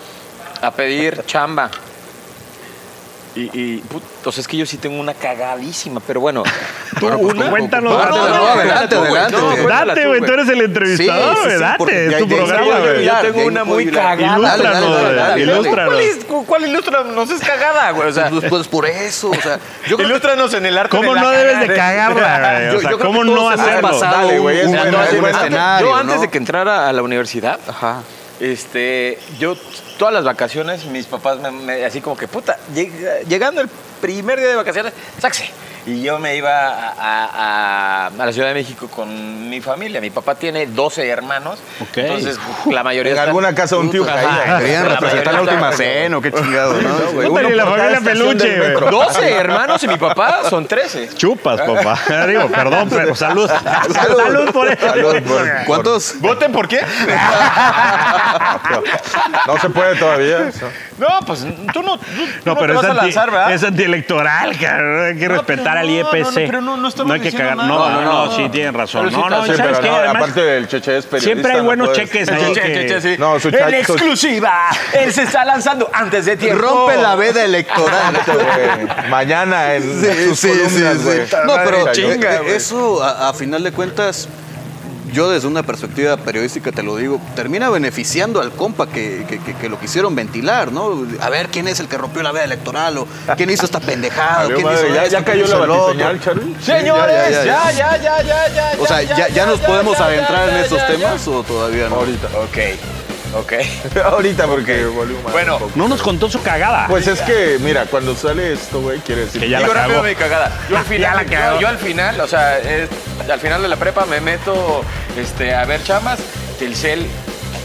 a pedir chamba. Y, y put- o sea, es que yo sí tengo una cagadísima, pero bueno. Tú,
pues,
una-
cuéntanos,
No,
date,
no,
no,
no,
adelante,
tú, güey.
adelante,
No,
güey.
cuéntala
Date,
tú,
güey, tú eres el entrevistador,
Sí, sí,
güey,
sí, porque
date,
ya-
es tu
ya- ya- ya-
programa, Pues, güey.
Yo,
ya-
tengo
ya-
una
ya-
muy
ya-
cagada.
Dale, dale,
Ilústranos,
dale, dale,
güey,
dale.
ilústranos.
¿Cuál, es- ¿Cuál ilustra? No seas cagada, güey. O sea,
Pues, pues por eso, o sea, yo creo que
ilústranos en el arte.
¿Cómo
de la
no debes de
cagada?
cagarla, güey?
Yo-
O sea,
yo creo
¿cómo
que todos
no
hemos
hacerlo?
pasado
Dale, güey, es
un-
buena,
un-
es
un
buena.
escenario,
Yo antes
¿no?
de que entrara a la universidad, este, yo t- todas las vacaciones, mis papás me, me- así como que, puta, lleg- llegando el primer día de vacaciones, sáquese. Y yo me iba a, a- a- a la Ciudad de México con mi familia. Mi papá tiene 12 hermanos.
Ok.
Entonces, la mayoría
En
están-
alguna casa un tío
Ajá.
caía.
Querían
La
representar
mayoría
la última
están-
cena o qué chingado, ¿no? güey?
Puta,
Uno
ni la
por cada
familia
estación del
peluche,
metro.
güey.
12 hermanos y mi papá son 13.
Chupas, papá. Digo, perdón, pero salud. Salud, por eso.
¿Cuántos?
¿Voten por qué?
No se puede todavía.
No, pues tú no, tú- tú
No,
no
pero
te
es,
vas a
anti-
lanzar, ¿verdad?
es antielectoral, cabrón. Hay que
No,
respetar
pero
al
no,
IEPC.
no, no, pero no, no estamos
hay que
diciendo
cagar.
nada.
No,
No,
no,
no, no.
sí, tienen razón.
Pero sí
No,
está-
no,
sí,
¿sabes
Pero
qué?
no,
Además,
aparte del cheche es periodista.
siempre hay
no
buenos
puedes-
cheques
Sí,
ahí.
sí,
que-
sí, sí.
No, su
en
chacho-
exclusiva. Él se está lanzando antes de tiempo.
Rompe la veda electoral.
Güey, Mañana en
Sí,
sus
sí,
columnas,
sí,
güey.
sí. No, pero
Madre,
eh,
chinga, güey.
eso, a, a final de cuentas, yo desde una perspectiva periodística te lo digo, termina beneficiando al compa que, que- que- que lo quisieron ventilar, ¿no? A ver quién es el que rompió la veda electoral o quién hizo esta pendejada, o
Valió
quién
madre,
hizo
ya,
esto,
ya
quién
cayó
hizo
la
lo otro.
batiseñal, Charlie.
Señores,
Sí, ya,
ya, ya, ya, ya, ya.
O sea, ¿ya, ya nos podemos
ya,
adentrar
ya,
en
ya,
estos
ya,
temas o todavía no?
Ahorita.
Ok, ok.
Ahorita porque volvió mal.
Bueno,
No nos contó su
ah,
cagada.
Pues es que, mira, cuando sale esto, güey, quiere decir
que ya la
digo rápido
cagó.
mi cagada. Yo al
la
final,
cagó.
yo, yo al final, o sea, es- al final de la prepa me meto este, a ver chamas, Telcel,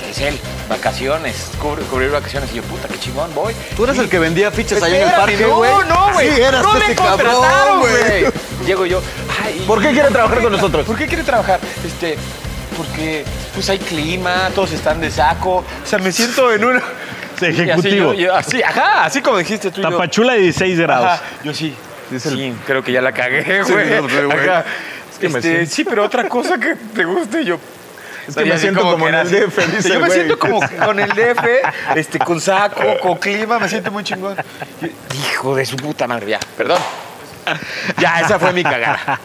Telcel, vacaciones, cubrir, cubrir vacaciones. Y yo, puta, qué chingón, voy.
Tú eres el que vendía fichas ahí en el
Espérame,
parque,
no,
güey.
no, güey.
Sí, eras
no
tú
me
ese cabrón,
contrataron, güey. Llego yo. Ay,
¿Por qué quiere trabajar
¿por
con nosotros?
¿Por qué quiere trabajar? Este, porque pues hay clima, todos están de saco. O sea, me siento en un Y
Sí,
Así, yo-
Ejecutivo.
yo- así, ajá, así como dijiste tú. y yo,
Tapachula de 16 grados.
ajá, yo sí. sí, creo que ya la cagué, güey.
no, sí, güey.
Ajá.
que me
Este,
siento-
sí, pero otra cosa que te guste yo.
Es que me siento como, en el DF, dice
Yo
el
me
güey.
siento como con el DF, este, con saco, con clima, me siento muy chingón. Y- Hijo de su puta madre, ya, perdón. Ya, esa fue mi cagada.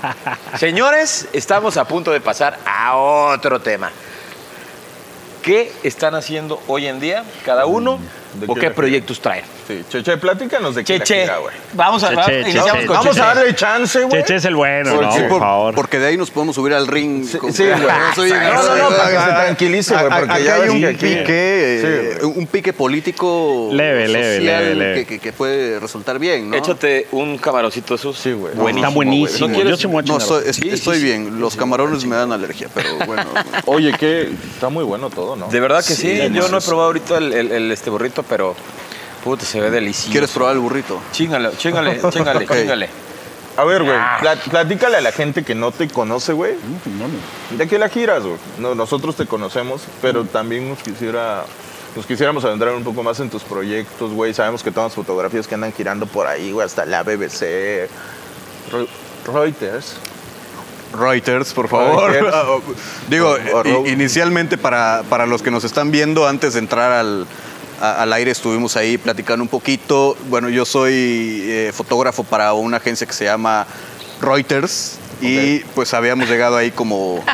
Señores, estamos a punto de pasar a otro tema. qué están haciendo hoy en día cada uno
Mm,
o qué
¿De qué refiere?
proyectos traen.
Sí, Cheche, platícanos de qué
Che,
la
che,
gira, güey.
vamos a,
Che,
vamos-
che, che,
iniciamos
Eh,
che.
con
Vamos
Che,
a
che.
darle chance, güey.
Cheche es el bueno,
Por-
¿no?
sí,
Por,
Por-
favor.
Porque de ahí nos podemos subir al ring. con-
sí, güey.
Yo soy bien
No, no, no,
agresivo.
para que se tranquilice, güey,
A- a-
porque
acá
ya
hay
ves
un
que aquí-
pique, eh,
Sí,
un pique político
Leve, leve,
social
leve, leve.
Que, que- que puede resultar bien, ¿no?
Échate un camaroncito eso. Sí, güey.
Está buenísimo.
¿No quieres?
Yo sí me voy a
No,
chingar.
soy- es- estoy bien. Los camarones me dan alergia, pero bueno.
Oye, que está muy bueno todo, ¿no?
De verdad que sí.
Sí,
Yo
sí,
no he
sí.
probado ahorita el, el- el este burrito, pero puta, se ve delicioso.
¿Quieres probar el burrito?
Chingale, chingale, chingale,
Ok.
chingale.
A ver, güey,
Ah.
pla- platícale a la gente que no te conoce, güey.
pues,
¿De qué la giras, güey? No, nosotros te conocemos, pero
Mm.
también nos quisiera... Nos quisiéramos adentrar un poco más en tus proyectos, güey. Sabemos que todas las fotografías que andan girando por ahí, güey, hasta la BBC, Re- Reuters.
Reuters, por
favor.
Digo,
O- o
i-
Row.
inicialmente para, para los que nos están viendo, antes de entrar al, a- al aire estuvimos ahí platicando un poquito. Bueno, yo soy eh, fotógrafo para una agencia que se llama Reuters. Y pues habíamos llegado ahí como,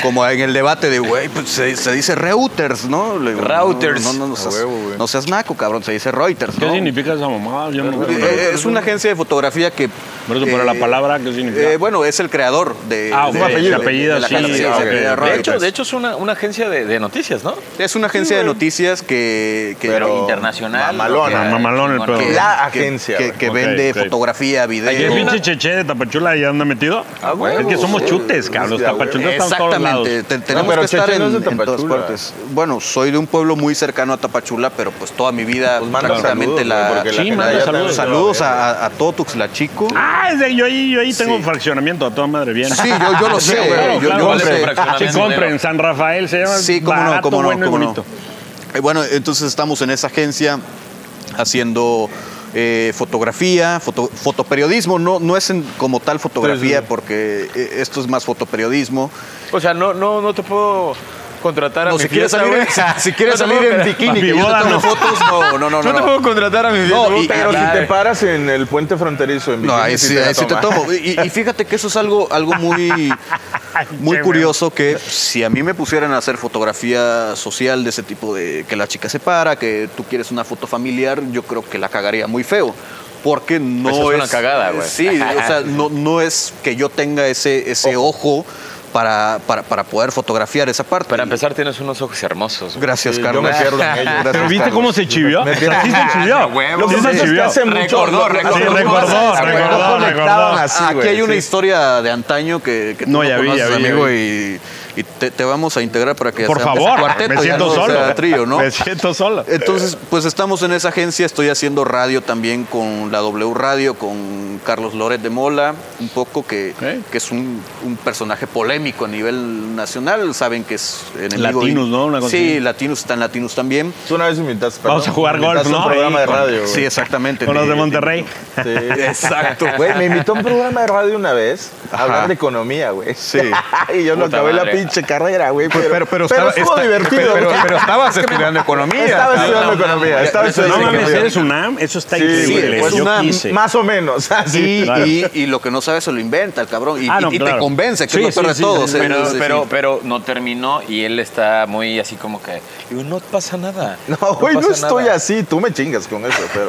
como en el debate de, güey, pues se, se dice Reuters, ¿no? Le digo, no,
Reuters.
No, no, no
A
seas,
huevo, güey.
no seas naco, cabrón, se dice Reuters.
¿Qué
¿no?
significa esa mamada? Yo no
Eh, Es una agencia de fotografía que...
Por eso, pero la palabra, ¿qué significa?
eh, bueno, es el creador de...
Ah,
de-
ok,
de-
el apellido,
de la
sí,
agencia,
ah,
se
ok.
apellida
De
De
Reuters.
hecho, de hecho es una, una agencia de, de noticias, ¿no?
Es una agencia de noticias que, que,
Pero
que-
internacional.
mamalona,
¿no? Que-
mamalón el
que-
pedo.
que-
La
que-
agencia,
que, que
ok,
vende
ok.
fotografía,
¿Qué
eh,
video.
pinche cheche de Tapachula ya anda metido?
Ah,
es que somos chutes, cabrón. Los
Sí, a huevo.
tapachulas están en todos lados.
Exactamente, te- tenemos
pero
que estar
Chechen
en,
no es de
en todas
Tapachula.
partes. Bueno, soy de un pueblo muy cercano a Tapachula, pero pues toda mi vida
Pues manda
prácticamente
saludos, güey,
la,
porque
Sí,
gente
manda
allá te-
saludos.
saludos a, a- a todo Tuxtlachico.
Ah, es de- yo ahí, yo ahí tengo
Sí.
fraccionamiento a toda madre bien.
Sí, yo, yo lo sé, yo-
Claro,
yo,
claro,
lo
compren,
sé.
Sí,
fraccionamiento.
compren. San Rafael se llama.
Sí, cómo no,
barato,
cómo no,
bueno y
cómo no.
bonito.
Eh, Bueno, entonces estamos en esa agencia haciendo eh, fotografía, foto- fotoperiodismo, no, no es en- como tal fotografía porque eh, esto es más fotoperiodismo.
O sea, no, no, no te puedo contratar a
No,
mi
si quieres
fiesta,
salir,
güey.
si, si quieres
No te
salir
puedo
en
contratar.
bikini,
mi
que yo
boda,
te tome
no.
fotos, no, no, no, no.
No te
no.
puedo contratar a mi fiesta,
No,
güey,
y-
pero
Pero
si
si
te
te paras en el puente fronterizo en
No,
bikini,
ahí sí, ahí sí te
toman.
tomo. Y, y fíjate que eso es algo, algo muy, muy
Qué
curioso que si a mí me pusieran a hacer fotografía social de ese tipo de que la chica se para, que tú quieres una foto familiar, yo creo que la cagaría muy feo. Porque no
Esa es una cagada, güey.
Sí, o sea, no, no es que yo tenga ese, ese ojo, para, para, para poder fotografiar esa parte.
Para empezar, tienes unos ojos hermosos. güey.
Gracias,
Sí, eh, yo
Carlos.
me pierdo en ello.
Gracias,
Pero viste
Carlos.
cómo se chivió. O sea, sí se
Ah,
chivió.
huevo.
Lo
Sí
que
se
pasa es que
chivió.
hace mucho...
Recordó,
lo-
recordó.
Sí,
lo-
recordó,
lo-
recordó,
conectaban
recordó. Ah,
así,
Aquí
güey,
hay una
sí.
historia de antaño que, que tú
No,
no
ya vi,
conoces,
ya vi, ya
amigo, y, y te, te vamos a integrar para que
Por
seamos
favor,
cuarteto,
me
ya
siento
no sea
solo.
trío, ¿no?
Me siento solo.
Entonces, pues estamos en esa agencia, estoy haciendo radio también con la W Radio, con Carlos Loret de Mola, un poco que,
Ok.
que es un, un personaje polémico a nivel nacional, saben que es enemigo.
Latinos, ¿no? Una cosa
sí,
así.
latinos, están latinos también.
Tú una vez me invitaste...
Vamos
perdón,
a jugar
me invitaste a
golf, ¿no?
un programa
Ahí
de
con-
radio, güey.
Sí, exactamente.
Con los de
Te- te-
Monterrey.
Sí. Exacto. Güey, me invitó a un programa de radio una vez a
Ajá.
hablar de economía, güey.
Sí.
y yo no
Puta
acabé la
madre.
pinche carrera, güey. Pero,
Pero, pero, estaba,
estuvo
esta-
divertido.
Pero, pero-
güey.
pero estabas estudiando economía.
estaba
cabrón.
estudiando economía. Estaba estudiando
No mames,
economía.
eres UNAM. Eso está
Sí,
increíble.
güey, pues,
Yo
una-
quise.
Más o menos. así.
Y,
Claro.
y- y lo que no sabe se lo inventa el cabrón. Y,
Ah, no,
y- y
claro.
te convence que
Sí,
no
sí,
pierde
sí,
todo.
sí,
¿eh?
Pero,
Es decir,
pero, pero no terminó y él está muy así como que. Digo, no pasa nada.
No, güey, no,
pasa
estoy
nada.
así. Tú me chingas con eso, pero...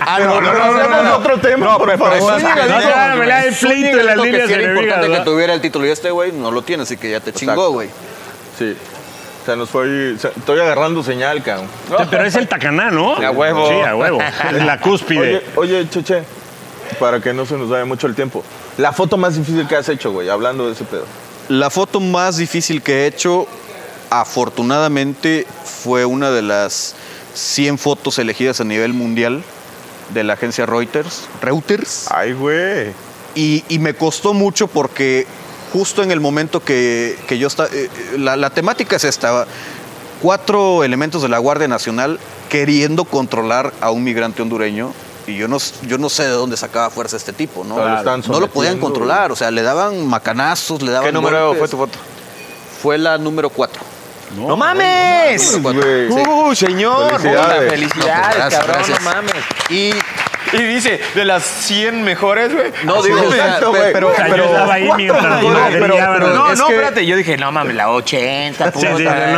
Ah,
pero
no, no, no, no,
hacemos
no, no.
otro tema, por favor.
Pero
Sí,
no,
digo,
ya, me la- el pleito
Zúñiga
de las
dijo que
líneas
sí era importante
enemigas,
que tuviera el título y este güey no lo tiene, así que ya te chingó, güey.
Sí. Se nos fue... se- Estoy agarrando señal, cabrón.
Te- Pero es el Tacaná, ¿no?
A huevo.
Sí, a huevo. Es la
Oye,
cúspide.
oye, Cheche, para que no se nos vaya mucho el tiempo. La foto más difícil que has hecho, güey, hablando de ese pedo.
La foto más difícil que he hecho, afortunadamente, fue una de las 100 fotos elegidas a nivel mundial de la agencia Reuters. Reuters.
Ay, güey.
Y, y me costó mucho porque justo en el momento que, que yo estaba... la, la temática es esta. Cuatro elementos de la Guardia Nacional queriendo controlar a un migrante hondureño. Y yo no, s- yo no sé de dónde sacaba fuerza este tipo, ¿no?
Claro, lo están
no lo podían
sometiendo,
controlar, o sea, le daban macanazos, le daban.
¿Qué número
golpes.
fue tu foto?
Fue la número cuatro.
No
mames!
güey.
¡Uh, señor!
Felicidades.
Felicidades,
Gracias,
cabrón,
gracias.
no mames.
Y
Y dice, de las 100 mejores, güey.
No, digo, o sea,
Exacto,
pe-
güey.
O sea, yo estaba ahí mientras
No, pero-
madreaban.
pero-
No,
es
no,
que-
espérate. Yo dije, no mames, la 80,
Sí, sí,
puta.
del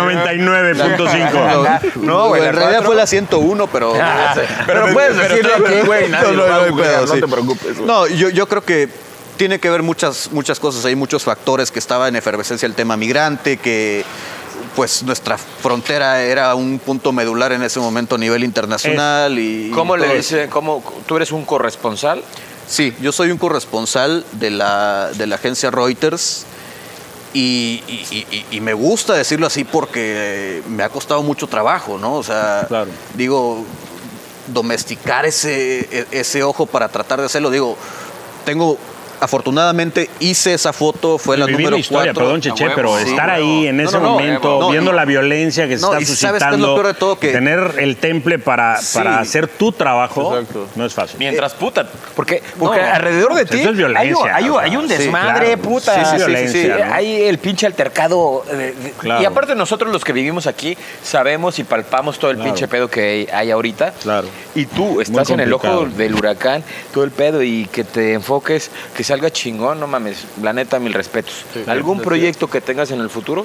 99.5.
No, güey,
en
la
realidad
cuatro.
fue la 101, pero...
Ah, Pero puedes decirlo aquí, güey.
No,
nadie
no,
lo va a
no hay
googlear,
pedo, sí.
No te preocupes. güey.
No, yo, yo creo que tiene que ver muchas, muchas cosas. Hay muchos factores que estaba en efervescencia el tema migrante, que pues nuestra frontera era un punto medular en ese momento a nivel internacional. y
¿Cómo le
todo eso.
dice? ¿Cómo, ¿Tú eres un corresponsal?
Sí, yo soy un corresponsal de la, de la agencia Reuters y, y- y- y me gusta decirlo así porque me ha costado mucho trabajo, ¿no? O sea,
Claro.
digo, domesticar ese, e- ese ojo para tratar de hacerlo. Digo, tengo, afortunadamente hice esa foto, fue la
Vivir
número
la historia,
cuatro.
perdón, Cheche,
A huevo,
pero
sí,
estar
huevo.
ahí en
No,
ese
no, no,
momento,
no,
viendo
y-
la violencia que se
no,
está
y ¿sabes qué es lo
suscitando,
peor de todo? Que-
tener el temple para,
Sí.
para hacer tu trabajo
Exacto.
no es fácil.
Mientras puta. Eh, Porque, porque
No.
alrededor de
Eso
ti
es violencia,
hay, un- hay un-
o sea,
hay un
sí,
desmadre,
claro.
puta.
Sí, sí, sí, sí, sí. ¿no?
Hay el pinche altercado. eh, de- de-
Claro.
Y aparte nosotros los que vivimos aquí sabemos y palpamos todo el
Claro.
pinche pedo que hay ahorita.
Claro.
Y tú estás en el ojo
complicado.
del huracán, todo el pedo, y que te enfoques, que salga chingón, no mames. La neta, mil respetos. ¿Algún proyecto que tengas en el futuro?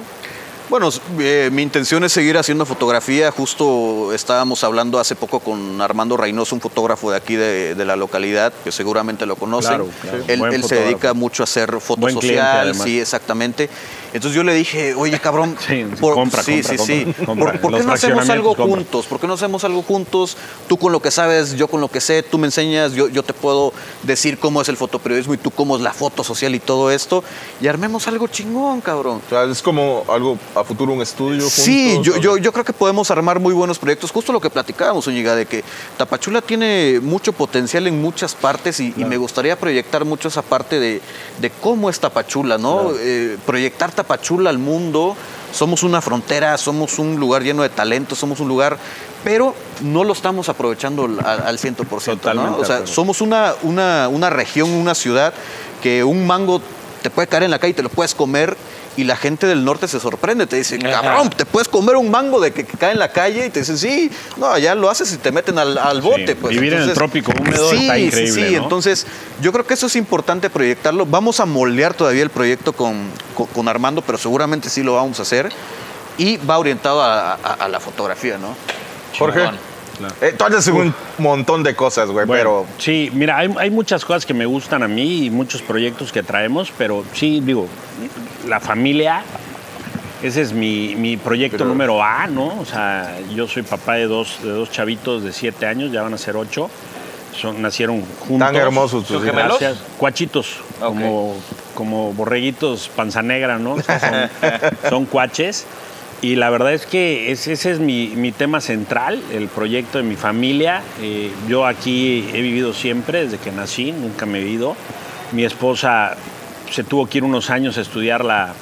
Bueno, s- eh, mi intención es seguir haciendo fotografía. Justo estábamos hablando hace poco con Armando Reynoso, un fotógrafo de aquí de, de la localidad, que seguramente lo conocen.
Claro, claro.
Él,
Buen
él se
fotógrafo.
dedica mucho a hacer foto
Buen cliente,
social,
además.
sí, exactamente. Entonces yo le dije, oye, cabrón,
Sí, compra,
sí,
compra,
sí,
compra,
sí.
compra.
¿Por, por
Los
qué no hacemos algo
fraccionamientos, compra.
juntos? ¿Por qué no hacemos algo juntos? Tú con lo que sabes, yo con lo que sé, tú me enseñas, yo, yo te puedo decir cómo es el fotoperiodismo y tú cómo es la foto social y todo esto. Y armemos algo chingón, cabrón.
O sea, es como algo a futuro, un estudio.
Sí,
juntos,
yo,
o-
yo, yo creo que podemos armar muy buenos proyectos. Justo lo que platicábamos, Zúñiga, de que Tapachula tiene mucho potencial en muchas partes y, y me gustaría proyectar mucho esa parte de, de cómo es Tapachula, ¿no? Eh, proyectar Tapachula al mundo. Somos una frontera, somos un lugar lleno de talento, somos un lugar, pero no lo estamos aprovechando al- al, al 100%. ¿no?
Totalmente
O
de
sea,
acuerdo.
somos una, una, una región, una ciudad que un mango te puede caer en la calle, te lo puedes comer y la gente del norte se sorprende, te dice, cabrón, te puedes comer un mango de que, que cae en la calle y te dicen, sí, no, allá lo haces y te meten al, al bote. Pues.
vivir en el trópico húmedo
sí,
está increíble,
Sí, sí,
¿no?
entonces yo creo que eso es importante proyectarlo. Vamos a moldear todavía el proyecto con, con- con Armando, pero seguramente sí lo vamos a hacer y va orientado a, a- a la fotografía, ¿no?
Jorge. Eh, tú haces un montón de cosas, güey,
Bueno,
pero.
Sí, mira, hay, hay muchas cosas que me gustan a mí y muchos proyectos que traemos, pero sí, digo, la familia, ese es mi, mi proyecto número A, ¿no? O sea, yo soy papá de dos, de dos chavitos de siete años, ya van a ser ocho. Son, nacieron juntos.
Tan hermosos tus
¿Son
hijos.
gemelos?
Gracias. Cuachitos, como, como borreguitos panza negra, ¿no? O sea, son, son cuaches. Y la verdad es que es- ese es mi, mi tema central, el proyecto de mi familia. Eh, yo aquí he vivido siempre, desde que nací, nunca me he ido. Mi esposa se tuvo que ir unos años a estudiar la,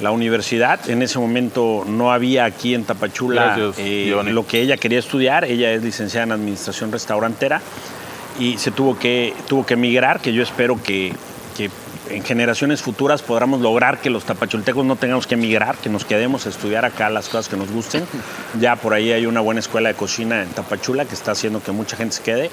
la universidad. En ese momento no había aquí en Tapachula
Gracias,
eh,
Giovanni.
lo que ella quería estudiar. Ella es licenciada en Administración Restaurantera y se tuvo que, tuvo que emigrar, que yo espero que, que en generaciones futuras podamos lograr que los tapachultecos no tengamos que emigrar, que nos quedemos a estudiar acá las cosas que nos gusten. Ya por ahí hay una buena escuela de cocina en Tapachula que está haciendo que mucha gente se quede.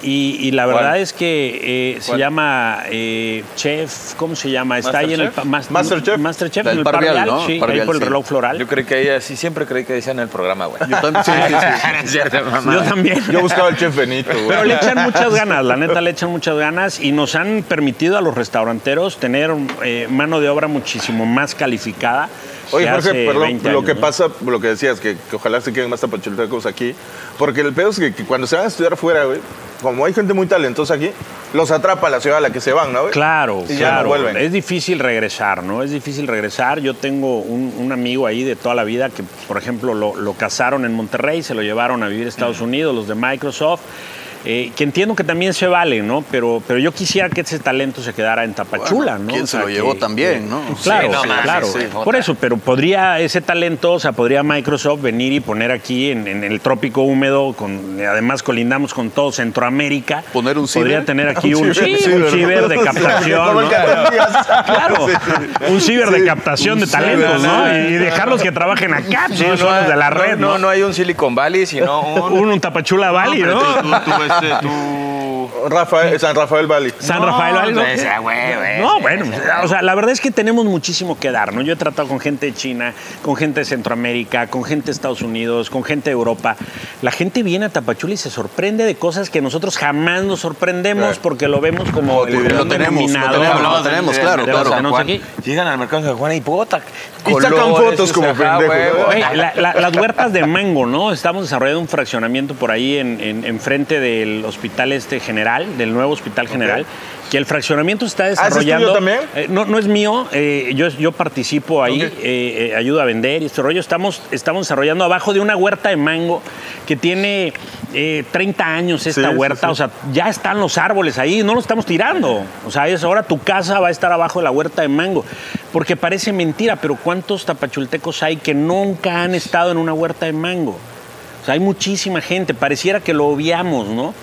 Y, y la verdad es que eh, se llama eh, Chef, ¿cómo se llama? Está ahí en el pa- mas-
Masterchef.
Masterchef,
Del
en el
Par Real,
Parvial,
¿no?
sí,
Par
ahí
Real,
por el
sí.
reloj floral.
Yo creí que ella, sí, siempre creí que decían en el programa, güey.
Yo también- sí, sí, sí.
Es cierto, mamá.
Yo también.
Yo buscaba el chef Benito, güey.
Pero le echan muchas ganas, la neta le echan muchas ganas y nos han permitido a los restauranteros tener eh, mano de obra muchísimo más calificada.
Oye,
que hace
Jorge, perdón,
20
lo
años,
que
¿no?
pasa, lo que decías, que, que ojalá se queden más tapachultecos aquí, porque el pedo es que, que cuando se van a estudiar fuera, güey, como hay gente muy talentosa aquí, los atrapa la ciudad a la que se van, ¿no, güey?
Claro,
Y ya no
claro.
vuelven.
es difícil regresar, ¿no? Es difícil regresar. Yo tengo un, un amigo ahí de toda la vida que, por ejemplo, lo, lo casaron en Monterrey, se lo llevaron a vivir a
Mm.
Estados Unidos, los de Microsoft. eh, que entiendo que también se vale, ¿no? Pero, pero yo quisiera que ese talento se quedara en Tapachula,
Bueno,
¿no?
¿quién
O
se
sea,
lo llevó también, no?
Claro,
Sí, no mames,
claro.
sí, puta.
Por eso, pero podría ese talento, o sea, podría Microsoft venir y poner aquí en, en el trópico húmedo, con, además colindamos con todo Centroamérica.
¿Poner un ciber?
Podría tener aquí un, sí, un ciber, de captación.
Como el
¿no?
que decías.
Claro, un ciber de captación de talentos, ¿no? Y dejarlos que trabajen acá, si ellos son los de la
no,
red,
no,
¿no?
no hay un Silicon Valley, sino un...
Un, un Tapachula Valley, ¿no?
Tú- tú ves
este,
de tu...
Rafael, San Rafael Valley.
San
No,
Rafael algo.
pues, ah, güey, güey.
No, bueno, o sea, la verdad es que tenemos muchísimo que dar, ¿no? Yo he tratado con gente de China, con gente de Centroamérica, con gente de Estados Unidos, con gente de Europa. La gente viene a Tapachula y se sorprende de cosas que nosotros jamás nos sorprendemos
Sí.
porque lo vemos como el
Lo
gran
tenemos, lo
denominador,
tenemos,
¿no?
lo tenemos,
de-
claro,
de los
claro.
que tenemos aquí.
Llegan al mercado de San Juan y puta.
Y sacan
colores,
fotos como
ajá,
pendejos,
güey,
¿no?
güey.
Oye, la- la- las huertas de mango, ¿no? Estamos desarrollando un fraccionamiento por ahí en, en, enfrente del hospital este general, del nuevo hospital general, que el fraccionamiento se está
Ah, ¿es tuyo
desarrollando.
también?
Eh, no, no es mío, eh, yo, yo participo ahí,
Ok.
eh, eh, ayudo a vender y este rollo. Estamos, estamos desarrollando abajo de una huerta de mango que tiene eh, 30 años esta
Sí, sí,
huerta,
sí.
o sea, ya están los árboles ahí, no los estamos tirando. O sea, es ahora tu casa va a estar abajo de la huerta de mango. Porque parece mentira, pero ¿cuántos tapachultecos hay que nunca han estado en una huerta de mango? O sea, hay muchísima gente, pareciera que lo obviamos, ¿no?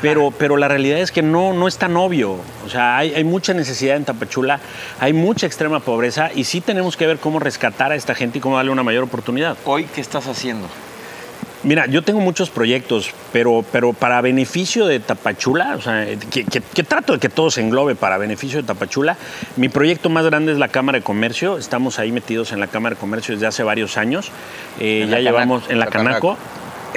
Pero, pero la realidad es que no, no es tan obvio. O sea, hay, hay mucha necesidad en Tapachula, hay mucha extrema pobreza y sí tenemos que ver cómo rescatar a esta gente y cómo darle una mayor oportunidad.
Hoy, ¿qué estás haciendo?
Mira, yo tengo muchos proyectos, pero, pero para beneficio de Tapachula, o sea, que, que- que trato de que todo se englobe para beneficio de Tapachula, mi proyecto más grande es la Cámara de Comercio. Estamos ahí metidos en la Cámara de Comercio desde hace varios años. Eh,
En
ya
la
llevamos
Canaco.
en la,
La
Canaco.
Canaco.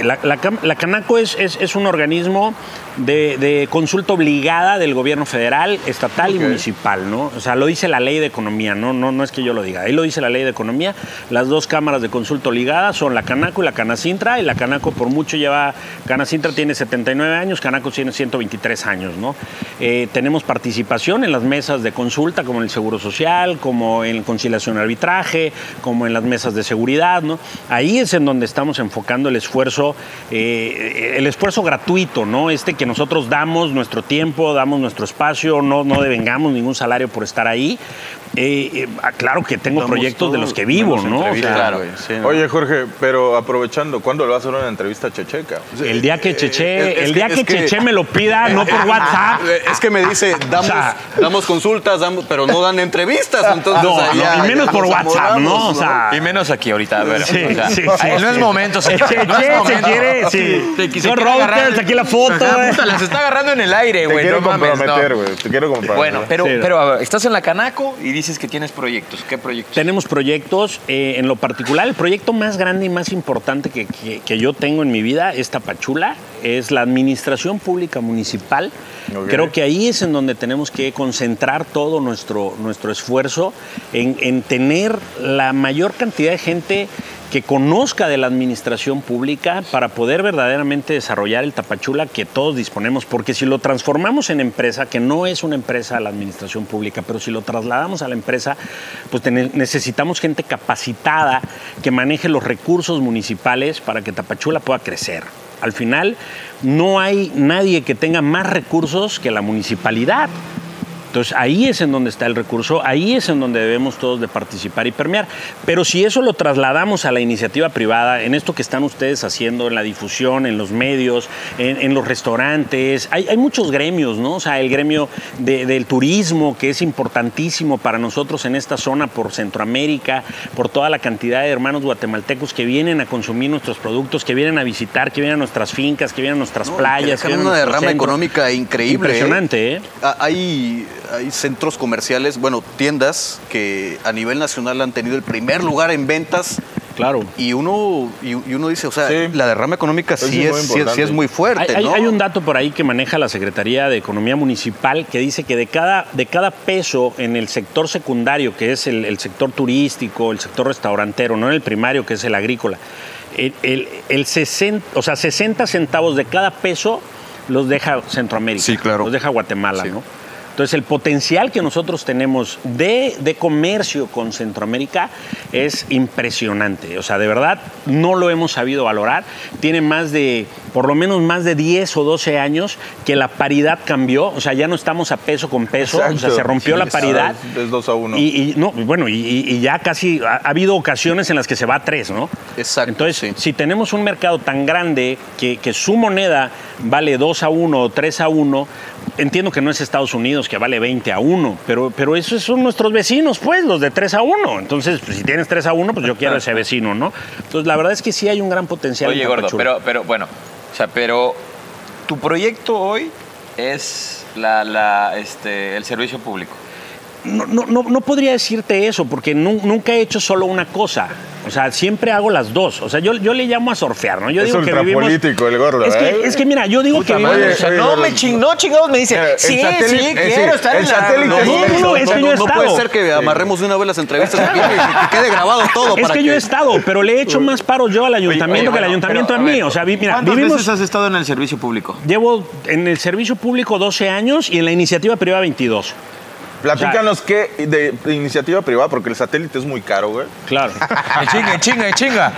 La, la Cam- la Canaco es, es- es un organismo de, de consulta obligada del gobierno federal, estatal y municipal, ¿no? O sea, lo dice la ley de economía, ¿no? No, no es que yo lo diga, ahí lo dice la ley de economía. Las dos cámaras de consulta obligada son la Canaco y la Canacintra, y la Canaco por mucho lleva, Canacintra tiene 79 años, Canaco tiene 123 años, ¿no? Eh, tenemos participación en las mesas de consulta, como en el Seguro Social, como en conciliación y arbitraje, como en las mesas de seguridad, ¿no? Ahí es en donde estamos enfocando el esfuerzo, eh, el esfuerzo gratuito, ¿no? Este que nosotros damos nuestro tiempo, damos nuestro espacio, no, no devengamos ningún salario por estar ahí. Eh, eh, ah, claro que tengo proyectos de los que vivo, ¿no? O sea,
Claro, güey, sí, ¿no?
Oye, Jorge, pero aprovechando, ¿cuándo le vas a hacer una entrevista a Checheca?
el día que Cheche,
Eh, es
el
que-
día
es
que,
que-
Cheche me lo pida, no por WhatsApp.
Es que me dice, damos,
sea- Ah,
damos consultas, damos, pero no dan entrevistas, entonces...
No,
ahí
no,
ya-
y menos
ya
por
nos
WhatsApp,
amolamos,
¿no? O sea,
Y menos aquí ahorita, a ver.
Sí,
o sea,
sí, sí,
ay, no
sí.
es momento,
El
señor, no
Cheche
es
se
momento.
quiere, sí.
Se- se
Son
quiere agarrar
routers,
el-
aquí la foto,
Ajá,
eh.
puta, las está agarrando en el aire,
Te
güey.
quiero
no mames,
comprometer,
no.
güey. Te quiero comprometer.
Bueno, pero,
Sí.
pero a ver, estás en la Canaco y dices que tienes proyectos. ¿Qué proyectos?
Tenemos proyectos, eh, en lo particular, el proyecto más grande y más importante que, que- que yo tengo en mi vida es Tapachula, es la administración pública municipal.
Ok.
Creo que ahí es en donde tenemos que concentrar todo nuestro, nuestro esfuerzo en, en tener la mayor cantidad de gente que conozca de la administración pública para poder verdaderamente desarrollar el Tapachula que todos disponemos, porque si lo transformamos en empresa, que no es una empresa la administración pública, pero si lo trasladamos a la empresa, pues tene- necesitamos gente capacitada que maneje los recursos municipales para que Tapachula pueda crecer. Al final, no hay nadie que tenga más recursos que la municipalidad. Entonces ahí es en donde está el recurso, ahí es en donde debemos todos de participar y permear. Pero si eso lo trasladamos a la iniciativa privada, en esto que están ustedes haciendo, en la difusión, en los medios, en, en los restaurantes, hay, hay muchos gremios, ¿no? O sea, el gremio de- del turismo, que es importantísimo para nosotros en esta zona por Centroamérica, por toda la cantidad de hermanos guatemaltecos que vienen a consumir nuestros productos, que vienen a visitar, que vienen a nuestras fincas, que vienen a nuestras
No, que
playas.
dejan
que vienen a
una
nuestros
derrama
centros.
económica increíble. ¿eh?
Impresionante, ¿eh?
A- Hay, hay centros comerciales, bueno, tiendas que a nivel nacional han tenido el primer lugar en ventas
Claro.
y uno, y, y uno dice, o sea,
Sí.
la derrama económica
Eso
sí
es muy
es, sí es, sí
importante.
es muy fuerte,
Hay,
¿no?
hay- hay un dato por ahí que maneja la Secretaría de Economía Municipal que dice que de cada, de cada peso en el sector secundario, que es el, el sector turístico, el sector restaurantero, no en el primario, que es el agrícola, el, el, el 60, o sea, 60 centavos de cada peso los deja Centroamérica,
Sí, claro.
los deja Guatemala,
Sí.
¿no? Entonces, el potencial que nosotros tenemos de, de comercio con Centroamérica es impresionante. O sea, de verdad, no lo hemos sabido valorar. Tiene más de, por lo menos más de 10 o 12 años que la paridad cambió. O sea, ya no estamos a peso con peso. O sea,
Exacto.
se rompió
Sí,
la paridad.
ahora Es 2 a 1.
Y, y- no, y bueno, y, y- y ya casi ha, ha habido ocasiones en las que se va a tres, ¿no?
Exacto,
Entonces,
sí.
si tenemos un mercado tan grande que, que su moneda vale 2 a 1 o 3 a 1, entiendo que no es Estados Unidos que vale 20 a 1, pero, pero esos son nuestros vecinos, pues, los de 3 a 1. Entonces, pues, si tienes 3 a 1, pues yo quiero ese vecino, ¿no? Entonces, la verdad es que sí hay un gran potencial. en
Oye, gordo,
Tapachula.
pero, pero bueno, o sea, pero tu proyecto hoy es la, la, este, el servicio público.
no, no- no- no podría decirte eso, porque nu- nunca he hecho solo una cosa. O sea, siempre hago las dos. O sea, yo, yo le llamo a surfear, ¿no? Yo
Es
digo que vivimos...
ultrapolítico el gordo,
Es que,
¿eh?
es que mira, yo digo que vivimos...
madre.
O sea,
oye,
no,
Lolo.
me ching, no, chingados, me dice,
Mira, el
sí,
satélite-
sí,
eh,
quiero
sí,
estar
el
en la...
satélite
No,
es-
no,
No, es que yo he
no puede
estado.
ser que amarremos de una vez las entrevistas aquí y que quede grabado todo.
Es
para
que yo he estado, pero le he hecho más paros yo al ayuntamiento que el
bueno,
ayuntamiento
pero,
a
a
mí.
ver,
O sea, vi- mira,
¿Cuántas veces
vivimos...
has estado en el servicio público?
Llevo en el servicio público 12 años y en la iniciativa privada 22.
Platícanos qué de, de iniciativa privada, porque el satélite es muy caro, güey.
Claro.
chinga, chinga, chinga.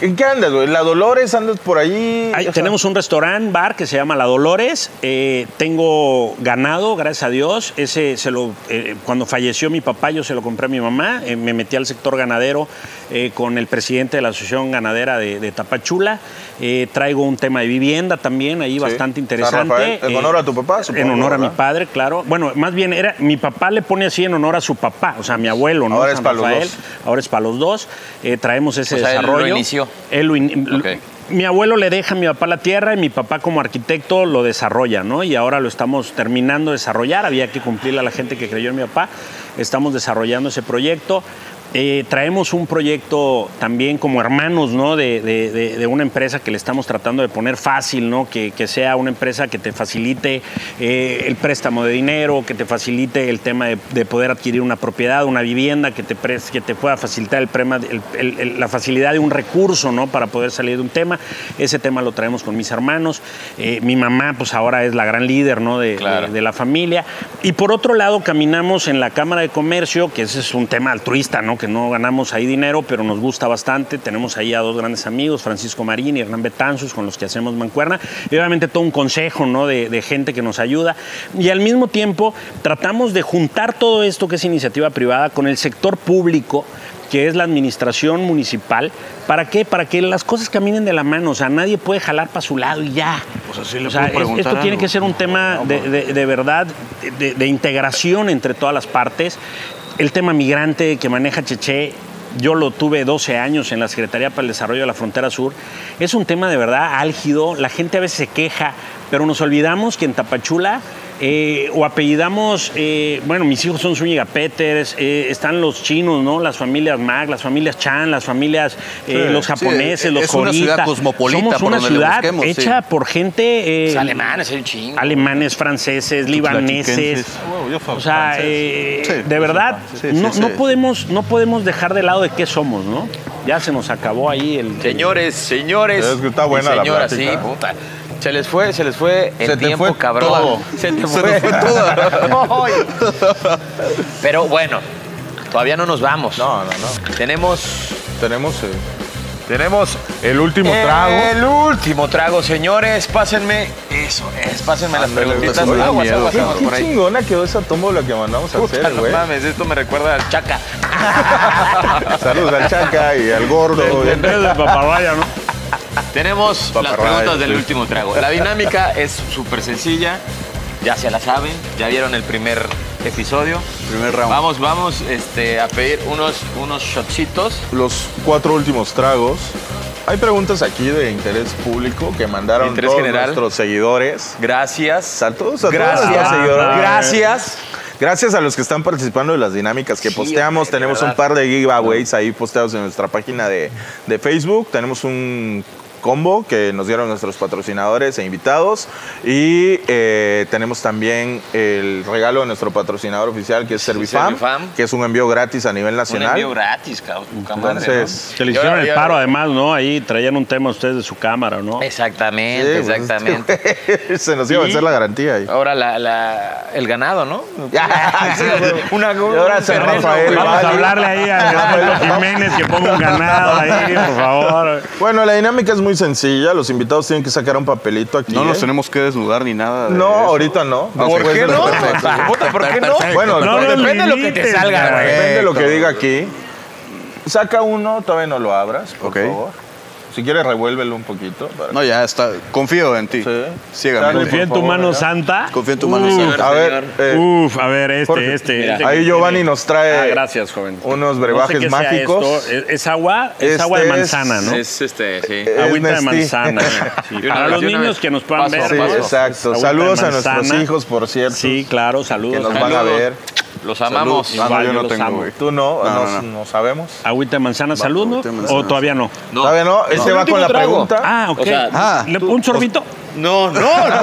¿En qué andas, güey? ¿La Dolores? ¿Andas por ahí? O
Ahí
sea,
tenemos un restaurante, bar que se llama La Dolores. Eh, tengo ganado, gracias a Dios. Ese se lo, eh, cuando falleció mi papá, yo se lo compré a mi mamá. Eh, me metí al sector ganadero eh, con el presidente de la Asociación Ganadera de, de Tapachula. Eh, traigo un tema de vivienda también, ahí bastante interesante. Eh,
Rafael. ¿En honor a tu papá,
En
supongo,
honor a mi
verdad?
padre, claro. Bueno, más bien era mi papá le pone así en honor a su papá, o sea, a mi abuelo, ¿no?
Ahora es
San
para los
Rafael.
dos.
Ahora es para los dos. Eh, traemos ese
O sea, él lo
desarrollo.
inició.
Él lo in-
Ok.
Mi abuelo le deja a mi papá la tierra y mi papá como arquitecto lo desarrolla, ¿no? Y ahora lo estamos terminando de desarrollar. Había que cumplirle a la gente que creyó en mi papá. Estamos desarrollando ese proyecto. Eh, traemos un proyecto también como hermanos, ¿no? De, de- de- de una empresa que le estamos tratando de poner fácil, ¿no? Que, que sea una empresa que te facilite eh, el préstamo de dinero, que te facilite el tema de, de poder adquirir una propiedad, una vivienda, que te, pres- que te pueda facilitar el prema- el- el- el- la facilidad de un recurso, ¿no? Para poder salir de un tema. Ese tema lo traemos con mis hermanos. Eh, mi mamá, pues ahora es la gran líder, ¿no? De,
Claro.
de- de la familia. Y por otro lado, caminamos en la Cámara de Comercio, que ese es un tema altruista, ¿no? Que no ganamos ahí dinero, pero nos gusta bastante. Tenemos ahí a dos grandes amigos, Francisco Marín y Hernán Betanzos, con los que hacemos mancuerna. Y obviamente todo un consejo, ¿no? De, de gente que nos ayuda. Y al mismo tiempo, tratamos de juntar todo esto que es iniciativa privada con el sector público que es la administración municipal, ¿para qué? Para que las cosas caminen de la mano, o sea, nadie puede jalar para su lado y ya. O sea, es- esto tiene que ser un tema de, de- de verdad, de, de integración entre todas las partes. El tema migrante que maneja Cheche, yo lo tuve 12 años en la Secretaría para el Desarrollo de la Frontera Sur, es un tema de verdad álgido, la gente a veces se queja, pero nos olvidamos que en Tapachula eh, o apellidamos, eh, bueno, mis hijos son Zúñiga Peters, eh, están los chinos, ¿no? Las familias Mag, las familias Chan, las familias, eh, los japoneses,
es-
los
es una ciudad
Corita.
cosmopolita
Somos
por
una
donde le
ciudad
busquemos, sí.
hecha por gente... eh,
Alemanes, hay un chingo.
alemanes, franceses, libaneses. O sea, eh,
Sí,
de
yo
verdad,
francés. Sí,
no,
sí,
no
sí.
podemos, no podemos dejar de lado de qué somos, ¿no? Ya se nos acabó ahí el...
Señores, señores.
Es que está
y
buena la
señoras,
plática.
sí, puta. Se les fue, se les fue el
Se te
tiempo,
fue
cabrón.
todo.
Se te
Se
fue,
nos fue todo.
Ay. Pero bueno, todavía no nos vamos. No, no, no. Tenemos
Tenemos, eh, tenemos el último trago.
el último trago, señores. Pásenme eso, es, pásenme las
Ándale,
preguntitas.
estás
Aguas,
muy
aguas,
miedo,
aguas,
cabrón.
Qué
por ahí.
chingona quedó esa tómbola que mandamos a
Puta,
hacer,
no
güey.
mames, esto me recuerda al Chaca.
Saludos al Chaca y al gordo.
En vez de papagaya, ¿no?
Tenemos las
Paparraya,
preguntas del
sí.
último trago. La dinámica es súper sencilla. Ya se la saben, ya vieron el primer episodio.
Primer round.
Vamos, vamos este, a pedir unos, unos shotcitos.
los cuatro últimos tragos. Hay preguntas aquí de interés público que mandaron
Interés
todos
general.
nuestros seguidores.
Gracias.
A todos, a todos
Gracias.
nuestros seguidores.
Gracias.
Gracias a los que están participando de las dinámicas que
Sí,
posteamos.
hombre, de
tenemos
verdad.
un par de giveaways ahí posteados en nuestra página de, de Facebook. Tenemos un combo que nos dieron nuestros patrocinadores e invitados. Y eh, tenemos también el regalo de nuestro patrocinador oficial, que es Servifam,
Servifam.
que es un envío gratis a nivel
Un
nacional.
envío gratis, cabrón. poca madre, ¿no?
Entonces,
Que le
Y ahora-
hicieron el
y ahora-
paro, además, ¿no? Ahí traían un tema ustedes de su cámara, ¿no?
Exactamente,
Sí, pues,
exactamente.
se nos iba a
Y-
vencer la garantía ahí.
Ahora la, la- el ganado, ¿no? Ah, Una,
Y ahora
un
San
terreno,
Rafael,
güey.
Vamos
vale.
a hablarle ahí a Leopoldo Jiménez que ponga un ganado ahí, por favor.
Bueno, la dinámica es muy sencilla. Los invitados tienen que sacar un papelito aquí.
No
¿eh?
nos tenemos que desnudar ni nada. de
No,
eso.
ahorita no.
¿Por
Después
qué
de la-
no?
Puta, ¿Por qué no?
Bueno,
No, no,
Depende de lo que te
limites,
salga,
güey.
Depende de lo que diga aquí. Saca uno, todavía no lo abras, por
Ok.
favor. Si quieres, revuélvelo un poquito. para-
No, ya está. Confío en ti.
Sí.
Ciegamente.
Dale,
Confía en
por
tu
favor,
mano
ya.
santa.
Confío en tu mano. Sam.
A ver, eh,
Uf, a ver, este,
Jorge,
este,
mira,
este
ahí
que
Giovanni
tiene.
nos trae
Ah, gracias, joven.
eh, unos
No
brebajes
sé qué sea
mágicos.
esto. Es, es agua, es
Este
agua de
es-
manzana, ¿no?
Es este, sí.
es
Agüita de
Nestí.
manzana. Sí,
una
Para
vez,
los
de una
niños
vez.
que nos puedan
Paso,
ver.
Sí,
¿no?
exacto.
Agüita
Saludos
de
a nuestros
manzana.
hijos, por cierto.
Sí, claro, saludos.
Que nos
Saludos.
van a ver.
Los amamos.
Salud.
Ah, no,
Igual,
yo
yo
no
los
tengo,
amo.
güey.
Tú no,
No,
no,
no,
no sabemos.
Agüita de manzana, salud, ¿no?
agüita de manzana.
¿O todavía no?
No.
¿Todavía no? Este
No.
va con
Último
la
trago.
pregunta.
Ah, ok.
O sea,
Ah.
Le- ¿Un sorbito?
No,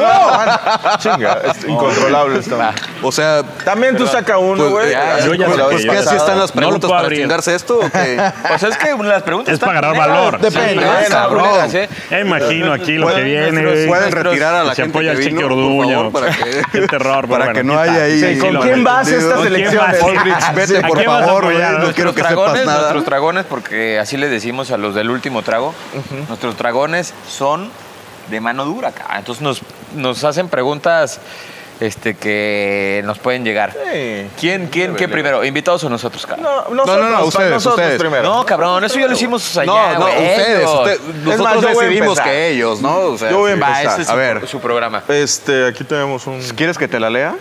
no, no. Chinga, es incontrolable este esto.
O sea,
También tú saca uno,
pues,
güey.
ya,
yo ya
pues,
sé
pues,
que
¿qué?
ya
¿Así
sabe.
están las
No lo
preguntas
puedo
para
abrir.
chingarse esto o qué?
O sea, pues es que las preguntas
Es
están
para agarrar
primeras.
valor.
Sí,
Depende,
no,
eh,
está
cabrón.
broncas, ¿eh?
Ya imagino aquí lo que viene. güey.
Pueden retirar a la
Se
gente
apoya
que
el
vino,
cheque
por
Orduña.
favor, para que-
Qué terror,
para que no haya ahí- Sí,
¿Con
lo
quién
va a
vas a
entender.
estas
¿Con
quién
elecciones?
vas?
Aldrich, vete,
¿A
por
quién vas a
favor, güey.
apoyar?
No quiero
Nuestros
que sepas
dragones,
nada.
nuestros dragones, porque así les decimos a los del último trago, nuestros dragones son de mano dura. cabrón. Entonces nos, nos hacen preguntas este, que nos pueden llegar.
Sí.
¿Quién, quién, qué primero? ¿Invitados o nosotros, cabrón?
No, no,
no,
nosotros,
ustedes,
nosotros
ustedes.
primero.
No, cabrón, eso ya lo hicimos allá,
No, no,
güey,
ustedes.
ellos.
ustedes-
Es más,
nosotros
yo voy a
decidimos
empezar.
que ellos, ¿no? O sea,
Yo voy a
sí.
Va, ese es
A
su,
ver,
su programa.
Este, aquí tenemos un.
¿quieres que te la lea?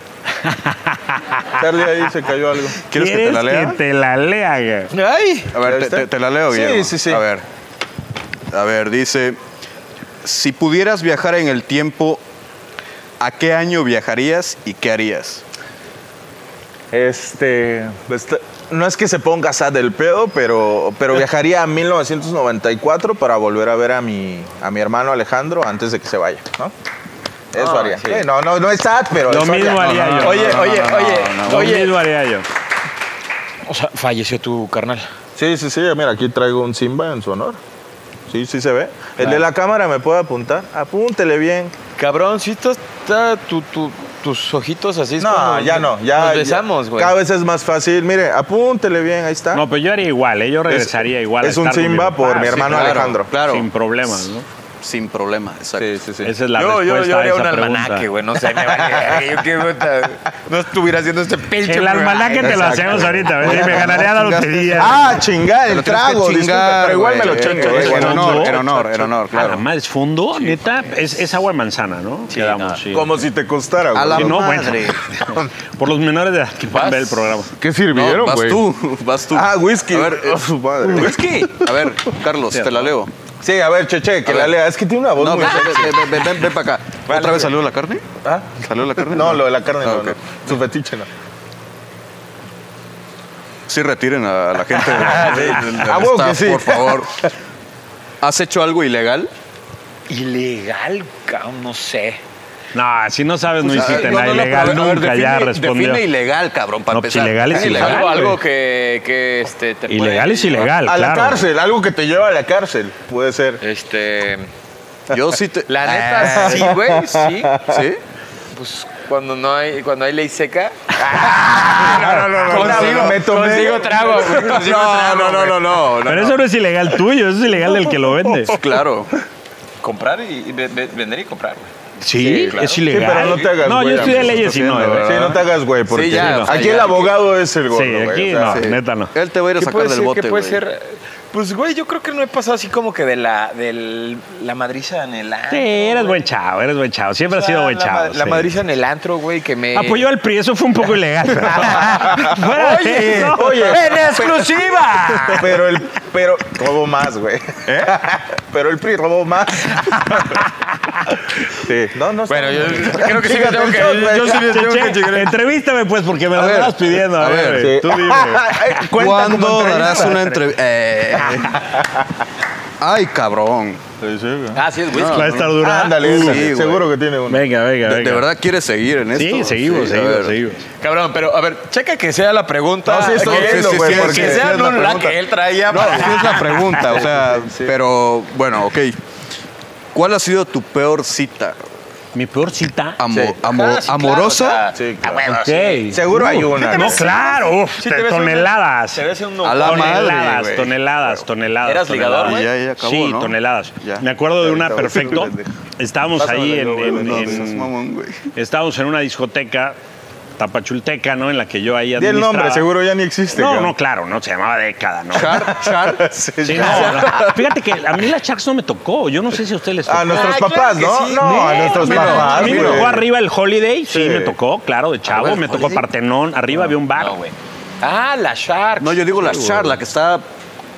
Charlie ahí se cayó algo.
¿Quieres que te la lea?
te la lea, güey?
¡Ay!
A ver, te, te- te la leo,
Sí,
Guillermo.
sí, sí.
A ver. A ver, dice, si pudieras viajar en el tiempo, ¿a qué año viajarías y qué harías?
Este, este, no es que se ponga sad del pedo, pero, pero viajaría a 1994 para volver a ver a mi, a mi hermano Alejandro antes de que se vaya, ¿no? Eso
Ah,
haría.
sí.
Eh, No, no, no es sad, pero
Lo
eso
mismo haría yo.
Oye,
No, no,
oye,
no, no,
oye,
no, no. Lo
oye.
mismo haría yo.
O sea, falleció tu carnal.
Sí, sí, sí. Mira, aquí traigo un Simba en su honor. Sí, sí se ve. El de la cámara me puede apuntar. Apúntele bien.
Cabrón, si estás, está tu- tu- tus ojitos así. es
No,
como-
ya no. Ya,
Nos
ya.
besamos, güey.
Cada vez es más fácil. Mire, apúntele bien. Ahí está.
No, pero yo haría igual, ¿eh? Yo regresaría igual. a
es un
estar con mi
Simba
papá,
por mi
sí,
hermano
claro,
Alejandro.
Claro.
Sin problemas, ¿no?
Sin problema, exacto.
Sí, sí, sí.
Esa es la
yo, yo,
respuesta
yo haría
a
un
esa
almanaque,
pregunta.
güey. No sé, me vale. Yo qué puta, No estuviera haciendo este pinche.
El
programa.
almanaque te lo hacemos ahorita, ¿ves? Y me ganaría la lotería.
Ah, chingar,
Lo
el
tienes que
trago, disculpe,
chingar,
pero igual me lo
güey.
chingo.
Eh,
güey.
En
Bueno,
honor,
no,
en honor, en honor,
Ah, la
claro.
madre, es fondo, neta. Es, es agua de manzana, ¿no? Sí,
no.
sí.
Como si te costara,
A la
Sí,
güey.
no,
madre.
bueno. Por los menores de edad que puedan
Vas.
ver el programa.
¿Qué
No,
sirvieron,
vas
güey?
tú, vas tú.
Ah, whisky.
A ver, eh,
Oh, su madre.
whisky. A ver, Carlos, te la leo.
Sí, a ver, Cheche, que
A
la
ver.
lea. Es que tiene una voz
No,
muy...
ven, ven, ven, ven, ven para acá. ¿Otra vez salió la carne?
¿Ah?
¿Salió la carne?
No, lo de la carne
Ah,
no,
ok.
no. Su fetiche no.
Sí, retiren a la gente.
Ah,
A
huevo que sí.
Por favor. ¿Has hecho algo ilegal?
Ilegal, cabrón, no sé.
No, si no sabes, no hiciste
Ah,
nada
no, no,
ilegal.
pero, a ver,
Nunca ya
define-
respondió.
Define ilegal, cabrón, para
No, pues,
empezar.
ilegal es
¿Qué
ilegal.
Algo,
güey.
algo que, que este, te puede
Ilegal es
llevar-
ilegal,
A la
claro.
cárcel, algo que te lleva a la cárcel. Puede ser.
Este.
Yo sí te...
La neta,
Ah,
sí, güey, sí.
¿Sí?
Pues cuando no hay, cuando hay ley seca.
No, no, no.
consigo,
me tomé-
consigo trago, güey. Consigo
No,
trago,
no, no,
güey.
no, no. no,
Pero
no.
eso no es ilegal tuyo, eso es ilegal del que lo vende.
Claro.
Comprar y, y ve- ve- vender y comprar, güey.
Sí,
claro.
es
Sí,
ilegal.
pero no te hagas,
No, yo
güey,
estudié
amigo,
leyes y no, eh.
haciendo,
¿verdad?
Sí, no te hagas, güey, porque...
ya, o sea,
aquí
ya.
el abogado es el gordo,
Sí,
güey.
aquí
o sea,
no,
sí.
neta no.
Él te va a ir a
¿Qué
sacar
puede
del
ser?
bote,
¿Qué puede
güey.
ser? Pues, güey, yo creo que no he pasado así como que de la, del, la madriza en el antro.
Sí, eres buen chavo, eres buen chavo. Siempre
O
has
sea,
sido buen
la ma-
chavo.
La
sí. Ah, pues
madriza en el antro, güey, que me...
Apoyó al PRI, eso fue un poco ilegal. Fuera de
Oye,
eso.
oye.
¡En exclusiva!
Pero el... Pero robó más, güey. Pero el PRI robó más. Sí. No, no. está
Bueno, yo
bien.
creo que sí me
Chíngate
tengo
un
que...
shot, güey.
Yo sí me tengo que...
Cheche, entrevístame pues, porque me lo
ver,
estabas pidiendo. A
a
ver,
ver,
güey,
Sí.
tú dime.
Ay, cuenta como
¿Cuándo
entrevista.
darás una entrevista? Ay, cabrón.
Sí, sí, güey.
Ah, sí, es whisky.
Va a estar durando.
Ándale,
Sí,
ándale.
güey.
seguro que tiene uno.
Venga, venga,
¿De,
venga.
de verdad quieres seguir en esto?
Sí, seguimos,
Sí, a
seguimos,
ver.
seguimos.
Cabrón, pero a ver, checa que sea la pregunta.
No, sí estoy
que-
viendo,
que-
güey,
que-
porque
Que
sí
sea
es la
no la
pregunta.
que él traía.
No,
para-
sí es la pregunta, o sea, pero bueno, ok. ¿Cuál ha sido tu peor cita?
Mi peor cita.
Amo-
Sí.
amo-
Ah, sí, claro,
¿Amorosa?
o sea,
Sí,
a
claro.
huevo, sí.
Ok.
Seguro hay una,
No,
güey.
claro. uf,
Sí te ves
toneladas.
un- te ves un-
A la madre,
toneladas,
güey.
toneladas, toneladas.
¿Eras ligador,
toneladas.
güey? Ya, ya acabó,
sí,
¿no?
toneladas.
Ya.
Me acuerdo de una
ahorita voy.
perfecto. Estábamos
Pásamela,
ahí en,
luego,
en-
luego,
en-
seas mamón, güey.
estábamos en una discoteca Tapachulteca, ¿no? En la que yo ahí
Di el
administraba.
nombre, seguro ya ni existe.
No,
cabrón.
no, claro, no, se llamaba década, ¿no?
Char, sí,
Sí, no,
Char.
no. Fíjate que a mí la Sharks no me tocó. Yo no sé si a ustedes les tocó.
A Ah, nuestros
Ay, claro
papás,
que
¿no?
sí.
No, a nuestros
Mira,
papás.
a mí me
güey.
tocó arriba el Holiday, sí, me tocó, claro, de chavo,
Arriba el
me tocó
Holiday.
Partenón, arriba había un bar.
No, güey. Ah, la Shark.
No, yo digo la Char, la que está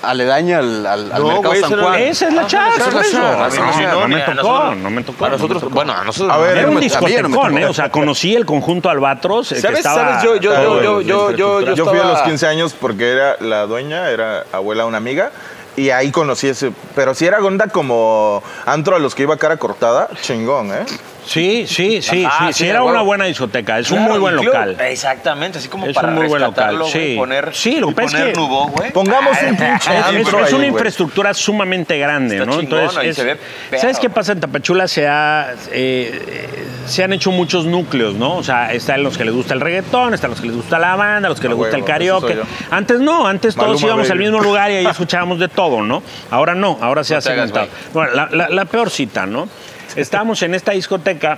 aledaña al, al, al mercado
güey,
San
esa era-
Juan.
esa es la Sharks,
Esa es la
por eso.
Sharks, esa es la
No,
Sharks.
no me
a
tocó,
nosotros-
no me tocó,
A
no me
nosotros,
tocó.
bueno, a nosotros.
A ver,
Era
no
me- a
un
mí no me
discotecón,
tocó.
¿eh? O sea, conocí el conjunto Albatros. eh, que
¿Sabes?
estaba-
¿Sabes? Yo, yo,
Ah,
yo,
bueno,
yo,
la
yo, yo, yo,
Yo fui a
estaba-
los 15 años porque era la dueña, era abuela de una amiga, y ahí conocí ese. Pero si era onda como antro a los que iba cara cortada, chingón, ¿eh?
Sí, sí, sí,
Ah,
sí,
sí,
sí,
de
era
huevo.
una buena discoteca, es un
Claro,
muy buen
un club.
local.
Exactamente, así como
Es
para
un muy buen
rescatarlo,
local,
güey,
sí.
poner,
Sí, lo que
y
pasa es
poner
que-
Nubó, güey.
Pongamos un pinche
Ah, Es-
antro
es,
ahí,
una
güey.
infraestructura sumamente grande,
Está
¿no?
chingón, ahí
es-
se ve perro.
¿Sabes qué pasa en Tapachula? Se, ha, eh, eh, se han hecho muchos núcleos, ¿no? O sea, están los que les gusta el reggaetón, están los que les gusta la banda, los que les
Ah,
gusta el
huevo, ese soy
karaoke. Antes no, antes todos
Maluma,
íbamos al
baby.
mismo lugar y ahí escuchábamos de todo, ¿no? Ahora no, ahora se
No
ha
te hagas,
segmentado. Bueno, la, la- la peor cita, ¿no? Estábamos en esta discoteca.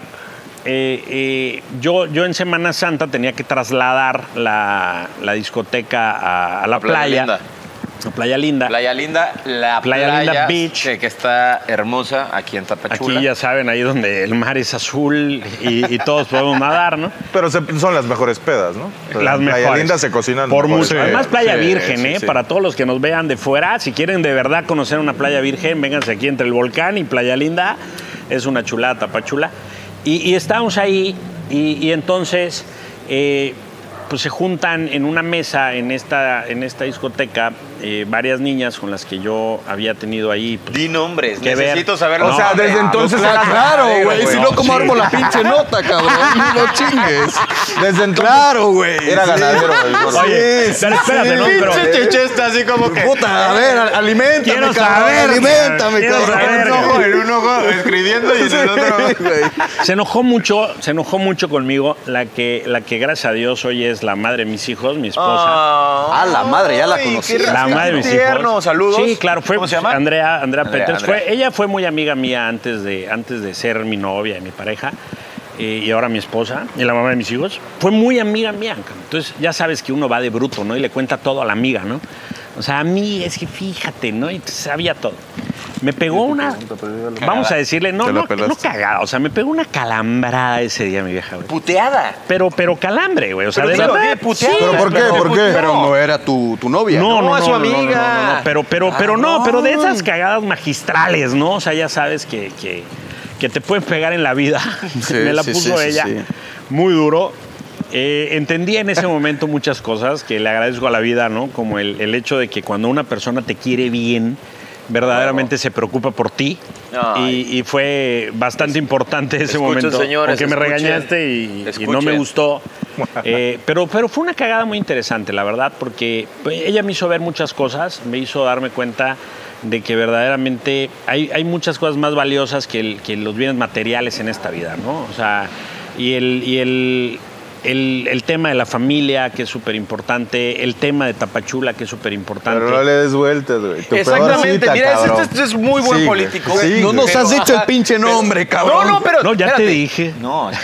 eh, eh, yo, yo en Semana Santa tenía que trasladar la, la discoteca a, a la
Playa
playa.
Linda.
a Playa Linda.
Playa Linda, la playa,
Playa Linda Beach.
Que, que está hermosa aquí en Tapachula.
Aquí ya saben, ahí donde el mar es azul y, y todos podemos nadar, ¿no?
Pero se- son las mejores pedas, ¿no?
Las
En Playa
mejores.
Linda se cocinan
por
mejores
mucho.
pedas.
Además, playa
Sí,
virgen,
sí,
¿eh?
sí.
Para todos los que nos vean de fuera, si quieren de verdad conocer una playa virgen, vénganse aquí entre el volcán y Playa Linda. Es una chulada, tapachula. Y, y estábamos ahí, y, y entonces, eh, pues se juntan en una mesa en esta, en esta discoteca eh, varias niñas con las que yo había tenido ahí. pues,
Di nombres,
que ver. ah,
necesito saber
O
los
O sea,
nombres.
desde entonces
Claro,
eras
claro,
negra,
güey. Si no, ¿cómo armo la pinche nota, cabrón? No chingues.
Desde entonces
Claro, güey.
era ganadero. güey, gordo.
Oye, pero espérate, ¿no? Pero-
está así como que.
Puta, a ver, al- aliméntame,
Quiero
cabrón.
saber,
aliméntame,
quiero
cabrón.
saber,
No,
güey.
güey,
un ojo escribiendo y en el
güey.
Se enojó mucho, se enojó mucho conmigo la que, la que gracias a Dios hoy es la madre de mis hijos, mi esposa.
A la madre, ya la conocí.
la madre de mis hijos.
saludos.
Sí, claro, fue
¿Cómo se llama?
Andrea, Andrea Peters.
Andrea.
Fue- ella fue muy amiga mía antes de, antes de ser mi novia y mi pareja. eh, Y ahora mi esposa y la mamá de mis hijos. Fue muy amiga mía. cabrón. Entonces, ya sabes que uno va de bruto, ¿no? Y le cuenta todo a la amiga, ¿no? O sea, a mí es que fíjate, ¿no? Y sabía todo. Me pegó una. Vamos a decirle, no,
Te la
no, no
pelaste.
cagada. O sea, me pegó una calambrada ese día, mi vieja, güey.
Puteada.
Pero, pero calambre, güey. O sea,
Pero
de
dilo,
verdad.
¿qué? Puteada.
¿Pero por qué? ¿Por qué?
Pero no era tu, tu novia.
No, no,
No,
no,
a su
no, no, no,
amiga.
no, no, no. Pero, pero, pero
no.
no, pero de esas cagadas magistrales, ¿no? O sea, ya sabes que, que, que te pueden pegar en la vida.
Sí,
Me la
sí,
puso
sí, sí,
ella.
sí.
Muy duro. Eh, entendí en ese momento muchas cosas que le agradezco a la vida, ¿no? Como el, el hecho de que cuando una persona te quiere bien, verdaderamente se preocupa por ti.
Ay.
Y, y fue bastante importante ese
Escuchen,
momento.
señores,
porque me
escuchen.
regañaste y, y no me
Escuchen.
gustó gustó. Eh, pero, pero fue una cagada muy interesante, la verdad, porque ella me hizo ver muchas cosas, me hizo darme cuenta de que verdaderamente hay, hay muchas cosas más valiosas que, el- que los bienes materiales en esta vida, ¿no? O sea, y el, y el, el, el tema de la familia, que es súper importante, el tema de Tapachula, que es súper importante.
Pero no le des vueltas, güey. Tu peor
Exactamente,
cita,
mira, ese-
cabrón.
este- este es muy buen
Sí, güey.
político.
Sí,
No
güey.
nos has
Pero-
dicho el pinche nombre,
No,
cabrón.
no, pero.
No, ya te
espérate.
dije.
No. Eh,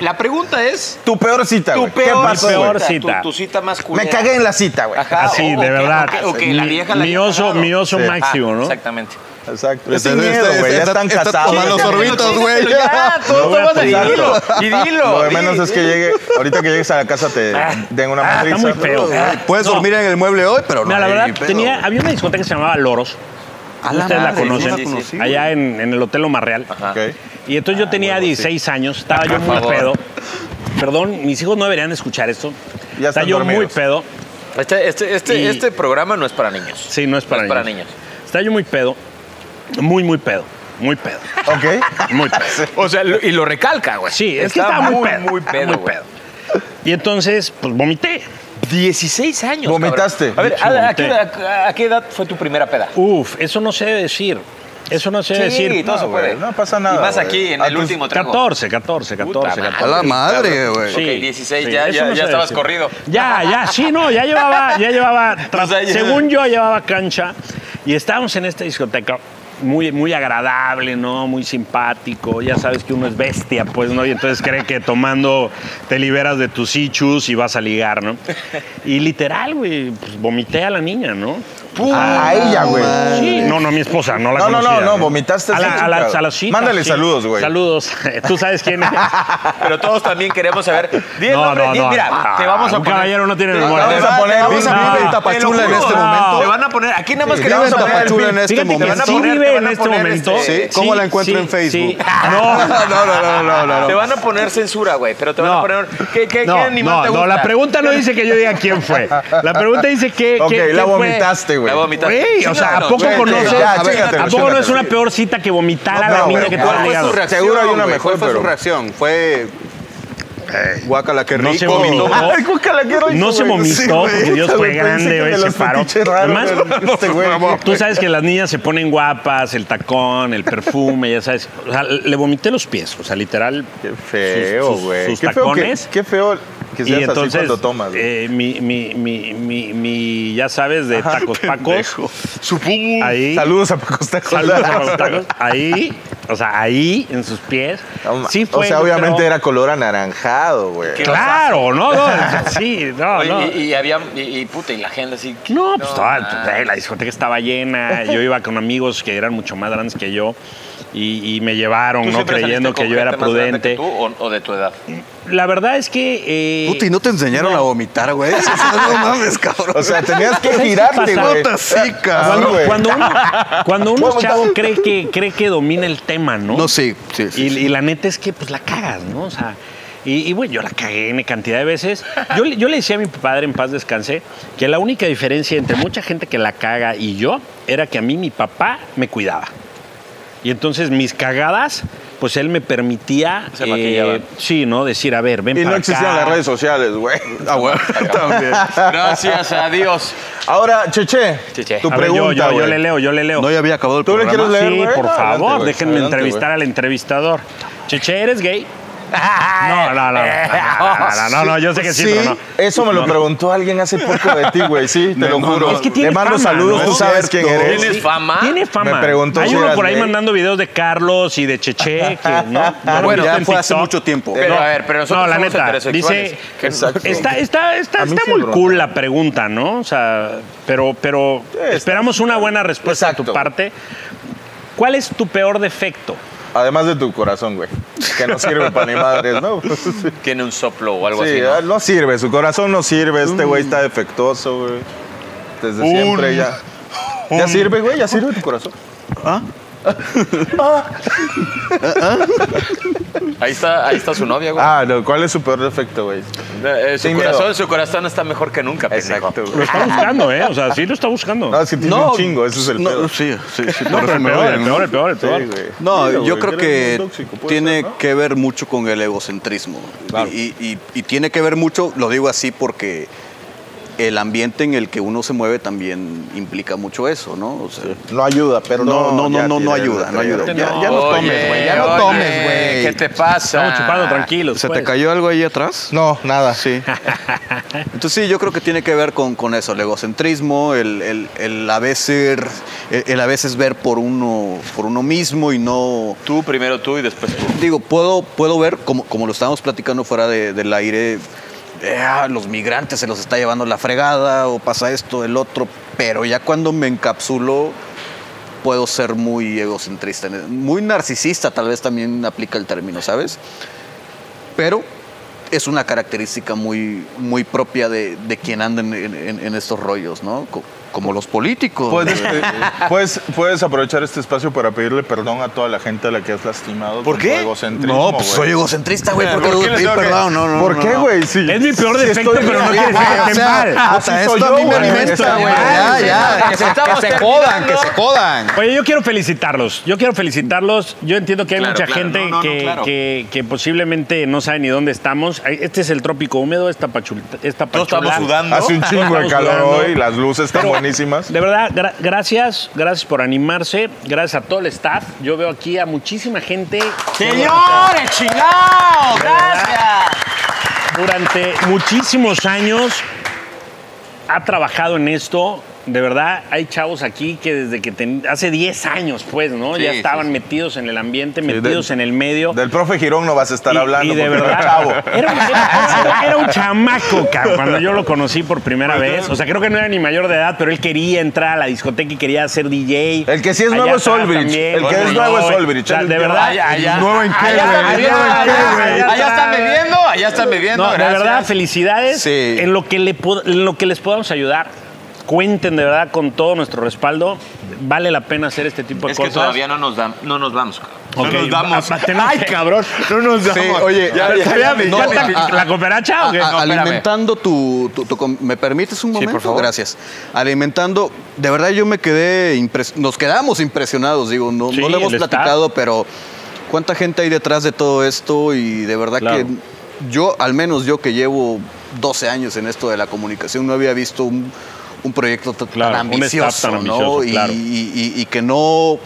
La pregunta es.
Tu peor cita,
Tu
güey. ¿Qué
peor,
pasó,
Mi peor
güey?
cita.
Tu, tu cita más culera.
Me cagué en la cita, güey.
Ajá,
Así,
o-
Ah, de
o que-
verdad.
o que- o que la
Mi-
vieja la
mi
haya
oso-
cagado. Ah,
mi oso máximo, ¿no?
Exactamente.
Exacto.
Es
Sin
sin
miedo,
miedo,
güey. Ya
está-
están
está
casados.
tomando
los
sorbito. sorbitos, güey.
Ya, todo
No voy a
tomas y
pensar.
dilo. Y dilo.
Lo de
di-
menos es que llegue, ahorita que llegues a la casa te den una
Ah,
madriza.
está muy feo.
Puedes
No.
dormir en el mueble hoy, pero no.
Mira, la
hay
verdad,
pedo,
tenía,
güey.
había una discoteca que se llamaba Loros.
A la
Ustedes la
madre,
conocen.
no la conocí,
allá en, en el Hotel Omarreal.
Ok.
Y entonces
Ah,
yo tenía 16 años, estaba yo muy
favor.
pedo. Perdón, mis hijos no deberían de escuchar esto.
Ya
Estaba
están
yo muy
dormidos.
pedo.
Este, este, este,
Y-
este programa no es para niños.
Sí, no es para,
No es
niños.
para niños.
Estaba yo muy pedo. Muy, muy pedo. Muy pedo.
Ok.
Muy pedo.
O sea, lo- y lo recalca, güey.
Sí, es que
Está
estaba muy
muy,
pedo.
muy
estaba
pedo,
Muy
güey.
pedo. Y entonces, pues vomité.
16 años.
Vomitaste.
cabrón. A ver,
Sí,
¿a, a
vomité.
qué edad, a qué edad fue tu primera peda?
Uf, eso no se debe decir. Eso no se debe decir.
todo
No,
se
Ah, güey,
puede.
no pasa nada,
Y más
güey. Ah, pues,
aquí, en
A
el
tus
último trago.
14, 14, 14,
madre.
14.
A la madre, güey.
Ok, 16, ya-
eso
ya-
no
ya
se
estabas
dice.
corrido.
Ya, ya, sí, no, ya llevaba, ya llevaba, tra-
O sea, ya-
según yo llevaba cancha y estábamos en esta discoteca muy, muy agradable, ¿no? Muy simpático. Ya sabes que uno es bestia, pues, ¿no? Y entonces cree que tomando te liberas de tus ichus y vas a ligar, ¿no? Y literal, güey, pues, vomité a la niña, ¿no? Ah,
a ella, güey.
Sí, no, no, mi esposa, no la
No, no, no,
conocía,
no, vomitaste
a la,
esa
a la-
chica.
a la chica,
Mándale saludos, güey.
Saludos. Tú sabes quién es.
Pero todos también queremos saber. Di el
No,
nombre,
no,
di-
no. ah,
mira, te vamos a
Un
poner.
caballero no tiene ¿eh?
Te
memoria.
Vamos a poner
vamos a
un-
poner-
Tapachula en este
no.
momento.
Te van a poner. Aquí nada más
Sí,
que
te vamos a
poner el
Tapachula
pin.
en este
Fíjate que
momento.
sí
Te van a
vive
poner,
en este
este,
momento.
¿sí?
¿Cómo la encuentro en
sí.
Facebook?
No,
No,
no, no, no, no.
Te van a poner censura, güey. Pero te van
No.
a poner. ¿Qué, qué,
no,
qué animal
no,
te
no,
gusta?
la pregunta no dice que yo diga quién fue. La pregunta dice que.
Ok,
que-
la
que fue.
vomitaste, güey.
La vomita.
Güey, o sea, ¿a poco
Vete,
conoces?
ya,
¿A
chingatelo,
poco no es
chingatelo.
una peor cita que vomitar a
No,
la
no,
niña
güey,
que te
¿cuál
va a
¿Cuál fue
ligar?
su reacción?
Seguro hay una
güey?
mejor,
¿Cuál fue
pero-
su reacción? Fue. Guácala, qué
No
rico.
se
vomitó.
vomitó.
Ay, guácala, qué rico,
No se
güey. Sí,
vomitó
güey,
porque Dios
puta,
fue
güey, pensé que
grande, güey,
de
se
los
paró.
fetiches raros,
Además,
güey, este güey.
tú sabes que las niñas se ponen guapas, el tacón, el perfume, ya sabes. O sea, le vomité los pies, o sea, literal.
Qué feo,
sus- sus-
güey.
sus
Qué feo que-
tacones.
Qué feo que
Y
seas así
entonces,
cuando tomas. güey.
eh, mi, mi, mi, mi, mi, ya sabes, de tacos pacos. Ahí.
Saludos a Paco Tacos.
Saludos a los tacos. Ahí, o sea, ahí, en sus pies.
No,
Sí fue.
o sea,
yo
obviamente
creo-
era color anaranjado, güey.
Claro, no, no, sí, no,
Oye,
no.
y, y había. Y, y puta, y la gente así.
No, pues estaba-
nah.
pues, eh, la discoteca estaba llena. Yo iba con amigos que eran mucho más grandes que yo y, y me
¿Tú
llevaron, ¿no?
siempre
Creyendo
saliste con
que yo era
gente más grande que
prudente.
tú o, o de tu edad?
La verdad es que. eh,
Puti, ¿no te enseñaron a vomitar, güey? O sea, No mames, cabrón.
O sea, tenías que
¿Sabes qué
girarte,
pasa?
güey.
Puta, sí, cabrón.
cuando,
güey.
cuando uno, cuando uno
Voy a
es chavo
montar.
cree que, cree que domina el tema, ¿no?
No, sí, sí, sí,
y,
sí.
y la neta es que pues la cagas, ¿no? O sea, y, y, bueno, yo la cagué en cantidad de veces. Yo, le- yo le decía a mi padre en paz descansé que la única diferencia entre mucha gente que la caga y yo era que a mí mi papá me cuidaba. Y entonces mis cagadas, pues él me permitía. eh,
Se maquillaban.
sí, ¿no? Decir, a ver, ven
Y
para
no existían
acá.
las redes sociales, güey.
Ah, güey, también.
Gracias a Dios.
Ahora, Cheche,
Cheche.
tu
A ver, yo-
pregunta,
yo, yo, le
güey.
leo, yo le leo.
No, ya había acabado el
¿Tú le
programa.
quieres leer,
Sí,
güey?
por
Adelante,
favor,
güey.
déjenme
Adelante,
entrevistar al entrevistador. Cheche, ¿eres gay? No, no, no. No, no, no, no, no, yo sé que sí, pero no.
Eso me lo preguntó alguien hace poco de ti, güey. Sí, te lo juro.
Es que
Le
tiene
mando
fama,
saludos,
¿no?
tú
Es
sabes quién
cierto.
eres.
¿Tienes fama?
Tiene fama.
Me preguntó
Hay
si
uno
eras
por ahí
gay.
mandando videos de Carlos y de Cheche, que no. no lo
Bueno,
viste
ya
en
fue hace
TikTok.
mucho tiempo.
Pero
No,
a ver, pero nosotros
no, la
somos
neta,
heterosexuales.
dice,
Que-
Exacto.
está, está, está,
A mí
está
sí,
muy
bro.
cool la pregunta, ¿no? O sea, pero, pero
está-
esperamos una buena respuesta de tu
Exacto.
parte. ¿Cuál es tu peor defecto?
Además de tu corazón, güey. Que no sirve para ni madres, ¿no?
Tiene un soplo o algo
Sí,
así. ¿no?
ah, no sirve, su corazón no sirve, este güey está defectuoso, güey. Desde siempre ya. ¿Ya sirve, güey? ¿Ya sirve tu corazón?
Ahí está, ahí está su novia, güey.
Ah, no, ¿cuál es su peor defecto, güey?
Eh, eh, su
sin
corazón,
miedo.
su corazón está mejor que nunca, pendejo.
Exacto,
Lo
güey.
está buscando, ¿eh? O sea, sí lo está buscando.
No, es que tiene un chingo, ese es el
no,
pedo.
Sí, sí, sí.
No,
por
pero
eso
el
me
peor,
odian,
el
¿no?
peor, el peor, el peor.
Sí, güey.
No,
Mira,
yo
güey,
creo
eres
que
muy tóxico, puede
tiene
ser, ¿no?
que ver mucho con el egocentrismo. Y, y- y- y tiene que ver mucho, lo digo así porque el ambiente en el que uno se mueve también implica mucho eso, ¿no? O sea,
No ayuda, pero
No,
no.
no, no,
ya
no, no
tiene-
ayuda, no ayuda.
Ya, ya no
Oye,
tomes, güey. Ya
oye,
no tomes, güey.
¿Qué te pasa?
Estamos chupando tranquilos.
¿Se
pues.
te cayó algo ahí atrás?
No, nada.
Sí. Entonces sí, yo creo que tiene que ver con, con eso, el egocentrismo, el, el- el a veces, el, el a veces ver por uno, por uno mismo y no...
Tú primero tú y después tú.
Digo, puedo, puedo ver, como, como lo estábamos platicando fuera de- del aire, eh, ah, los migrantes se los está llevando la fregada o pasa esto, el otro, pero ya cuando me encapsulo puedo ser muy egocentrista, e, muy narcisista tal vez también aplica el término, ¿sabes? Pero es una característica muy, muy propia de, de quien anda en, en- en estos rollos, ¿no? Co- Como los políticos.
Puedes, eh, puedes, puedes aprovechar este espacio para pedirle perdón a toda la gente a la que has lastimado.
¿Por
con
qué?
tu egocentrismo,
No, pues
güey.
soy egocentrista, güey. ¿Por qué
¿Por
debo
qué les
pedir
tengo que-
perdón? No, no,
¿Por
no,
qué,
no.
güey? Sí.
Es mi peor
Sí
defecto,
estoy-
pero no quiere decir que esté mal.
hasta
Así soy
esto a
yo,
mí me
güey.
alimenta,
Está
güey.
mal,
Ya,
güey.
ya.
Que se, estamos
Que se
terminando.
jodan, que se jodan.
Oye, yo quiero felicitarlos. Yo quiero felicitarlos. Yo entiendo que hay
Claro,
mucha
claro.
gente
No, no, no,
que,
claro.
que- que posiblemente no sabe ni dónde estamos. Ay, Este es el trópico húmedo, esta pachul, esta
Todos
pachulada.
estamos sudando.
Hace un chingo de
Estamos
calor
sudando.
hoy, las luces están buenísimas.
De verdad, gra- gracias, gracias por animarse, gracias a todo el staff. Yo veo aquí a muchísima gente.
¡Señores, chingados! ¡Gracias!
durante muchísimos años ha trabajado en esto, de verdad, hay chavos aquí que desde que ten- hace 10 años, pues, ¿no?
Sí,
ya
sí,
estaban
sí.
metidos en el ambiente, metidos en el medio.
Del profe Girón no vas a estar
Y-
hablando.
y de
porque era
verdad,
Chavo.
Era, un, era- era un chamaco, cabrón, cuando yo lo conocí por primera vez. O sea, creo que no era ni mayor de edad, pero él quería entrar a la discoteca y quería ser DJ.
El que sí es
Allá
nuevo es
atrás
Olbrich.
también,
El que
güey.
es nuevo es
No,
Olbrich.
o sea,
Él-
de verdad.
Allá, allá.
Nuevo en qué,
Allá,
güey.
allá,
Nuevo en
allá,
qué, güey.
allá están bebiendo, allá están bebiendo.
No, de
gracias.
verdad, felicidades.
Sí.
En, lo que le pod- en lo que les podamos ayudar, cuenten de verdad con todo nuestro respaldo. Vale la pena hacer este tipo de
Es que
cosas.
todavía no nos, dam- no nos vamos.
Ok,
No nos damos.
a- a- tenemos que-
cabrón, no nos damos.
Sí, oye,
Ya, ya, ya,
Espérame,
no,
¿ya está
a- a-
¿La cooperacha o qué?
A-
No,
a-
espérame.
alimentando tu, tu- tu com- ¿Me permites un momento?
por favor.
Gracias. Alimentando, de verdad yo me quedé, impres- nos quedamos impresionados, digo, no,
Sí,
no lo hemos
el staff.
platicado, pero cuánta gente hay detrás de todo esto y de verdad
Claro.
que yo, al menos yo que llevo 12 años en esto de la comunicación, no había visto un, un proyecto t-
Claro,
tan
un staff
ambicioso,
tan
¿no?
ambicioso,
Y-
claro.
y- y- y que no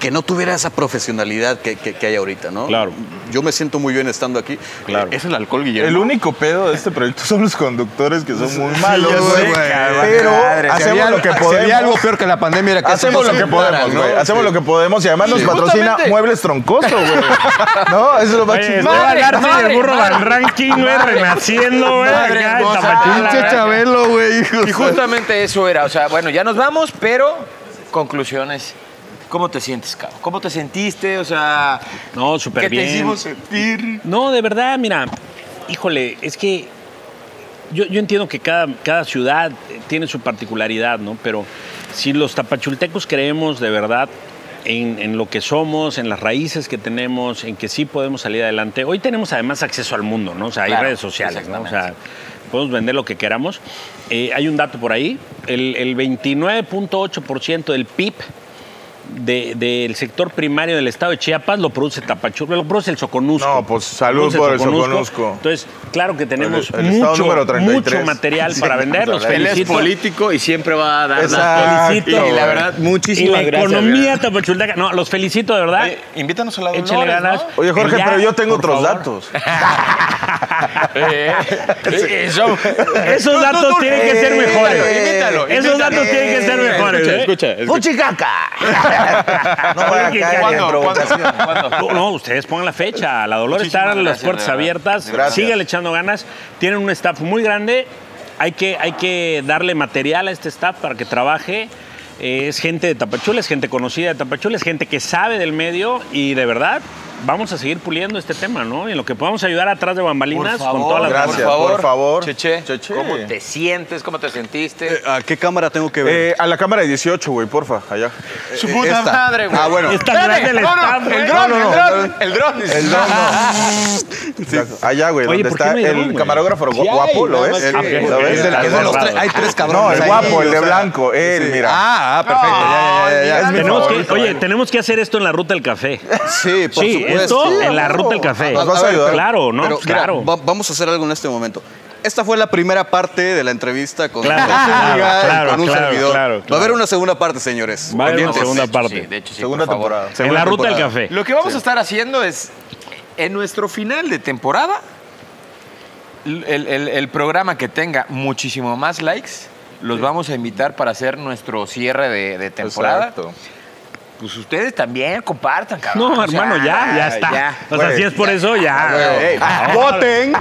que no tuviera esa profesionalidad que, que- que hay ahorita, ¿no?
Claro.
Yo me siento muy bien estando aquí.
Claro.
Es el alcohol, Guillermo.
El único pedo de este proyecto son los conductores que son muy malos,
ya sé,
güey.
güey.
Pero
Madre, si
hacemos
había-
lo que
si
podemos.
había algo peor que la pandemia era que
Hacemos
se
lo que podemos,
juntaran,
güey.
¿no?
Hacemos lo que podemos y además nos
Sí,
patrocina
justamente.
Muebles Troncoso, güey. ¿No? Eso es lo más
Oye,
chingón.
Esteban
Madre,
Garza y
madre,
el burro
madre.
del ranking, güey, renaciendo, güey.
Madre
acá en
hermosa.
Tapachula,
Pinche
güey.
Chabelo, güey.
Y justamente eso era. O sea, bueno, ya nos vamos, pero conclusiones. ¿Cómo te sientes, cabrón? ¿Cómo te sentiste? O sea,
No, súper
¿qué
bien.
te hicimos sentir?
No, de verdad, mira, híjole, es que yo, yo entiendo que cada, cada ciudad eh, tiene su particularidad, ¿no? Pero si los tapachultecos creemos de verdad en, en lo que somos, en las raíces que tenemos, en que sí podemos salir adelante, hoy tenemos además acceso al mundo, ¿no? O sea, hay
Claro,
redes sociales, ¿no? O sea, podemos vender lo que queramos. Eh, hay un dato por ahí, el, el 29.8% del PIB de- del sector primario del estado de Chiapas lo produce Tapachula, lo produce el Soconusco.
No, pues, salud
Produce
por el Soconusco.
Entonces, claro que tenemos
El- el estado número
mucho,
33.
mucho material
Sí,
para vender. Los
vamos a
Él es
felicito.
político y siempre va a dar
Exacto,
felicito.
Y la verdad,
Y
muchísimas
la
gracias.
economía tapachulteca. No, los felicito, de verdad.
Oye, invítanos a la
Échale
Dolores,
ganas.
¿no?
Oye, Jorge,
El ya,
pero yo tengo
por
otros
favor.
datos.
Eh, Eso.
Esos datos tienen que ser mejores.
Invítalo,
Eh, Esos datos tienen que ser mejores. ¿eh?
Escucha, escucha.
No voy a
Oye,
caer en
¿cuándo?
provocación.
No, no, ustedes pongan la fecha. La Dolores
Muchísimas
está a las
gracias,
puertas
de verdad.
abiertas.
Gracias.
Síguele echando ganas. Tienen un staff muy grande. Hay que, hay que darle material a este staff para que trabaje. Eh, es gente de Tapachula, es gente conocida de Tapachula, es gente que sabe del medio y de verdad vamos a seguir puliendo este tema, ¿no? Y en lo que podamos ayudar atrás de bambalinas con todas las
gracias.
manos.
por favor.
Cheche,
Cheche.
¿cómo te sientes? ¿Cómo te sentiste?
Eh, ¿A qué cámara tengo que ver? Eh,
Eh, a la cámara 18, güey, porfa, allá.
Su puta
esta.
madre, güey.
Ah, bueno.
Es tan grande el
No, no,
staff, güey.
el dron,
No, no,
el
no.
dron, el dron.
El don, no. Allá, güey,
Oye,
donde
¿por qué
está
me
el
llamó, güey?
camarógrafo gu- guapo, ¿lo ves?
Ah, ok.
¿Lo ves?
Es el
Es de los
Alvarado.
tres- hay tres cabrones
No, el
ahí,
guapo, el
o
de
sea.
blanco, él, mira.
Ah, ah, perfecto. ya, ya, ya, ya.
mi
Tenemos que,
favorito,
oye,
eh.
tenemos que hacer esto en la ruta del café.
Sí, por
sí,
supuesto.
esto en la ruta del café.
Nos vas a
ver,
ayudar.
Claro, ¿no?
Pero, mira,
claro.
va- vamos a hacer algo en este momento. Esta fue la primera parte de la entrevista con,
Claro,
José Liga
claro,
y
claro,
con un
claro,
servidor.
claro,
Va a
claro.
haber una segunda parte, señores.
Va a haber una
Pendientes.
segunda parte.
Sí, de hecho, sí,
Segunda
por favor.
temporada.
en la ruta del
temporada.
café.
Lo que vamos a estar haciendo es, en nuestro final de temporada, el, el- el programa que tenga muchísimo más likes, los vamos a invitar para hacer nuestro cierre de, de temporada.
Exacto.
Pues ustedes también compartan, cabrón.
No,
O sea,
hermano, ya, ya está. o sea,
Güey,
si es por eso, ya. Ah,
Ey, Voten.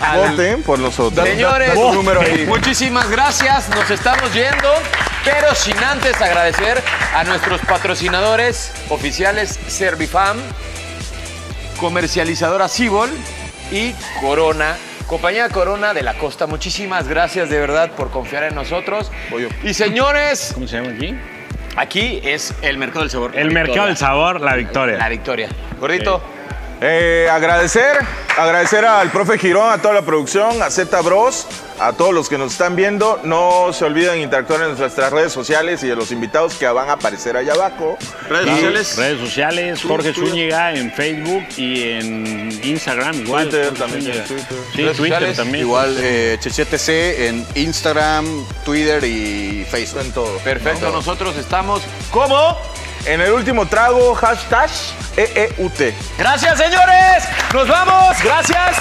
Ah, Voten por nosotros.
Señores,
Da tu número ahí.
muchísimas gracias. Nos estamos yendo, pero sin antes agradecer a nuestros patrocinadores oficiales Servifam, comercializadora Cibol y Corona. Compañía Corona de la Costa, muchísimas gracias de verdad por confiar en nosotros. Y señores,
¿Cómo se llama aquí?
aquí es el mercado del sabor.
El
La
mercado del
Victoria.
sabor, la
La
victoria.
victoria. Gordito.
Eh, agradecer, agradecer al profe Girón, a toda la producción, a Z Bros, a todos los que nos están viendo. No se olviden interactuar en nuestras redes sociales y de los invitados que van a aparecer allá abajo.
Redes sociales.
Redes sociales, Jorge
Twitter.
Zúñiga en Facebook y en Instagram igual.
Twitter
Jorge
también,
Zúñiga.
Twitter.
Sí,
Redes
Twitter
sociales,
también.
Igual eh, ChechetC en Instagram, Twitter y Facebook.
En todo.
Perfecto, nosotros estamos como...
En el último trago, hashtag E EEUT.
Gracias, señores. Nos vamos. Gracias.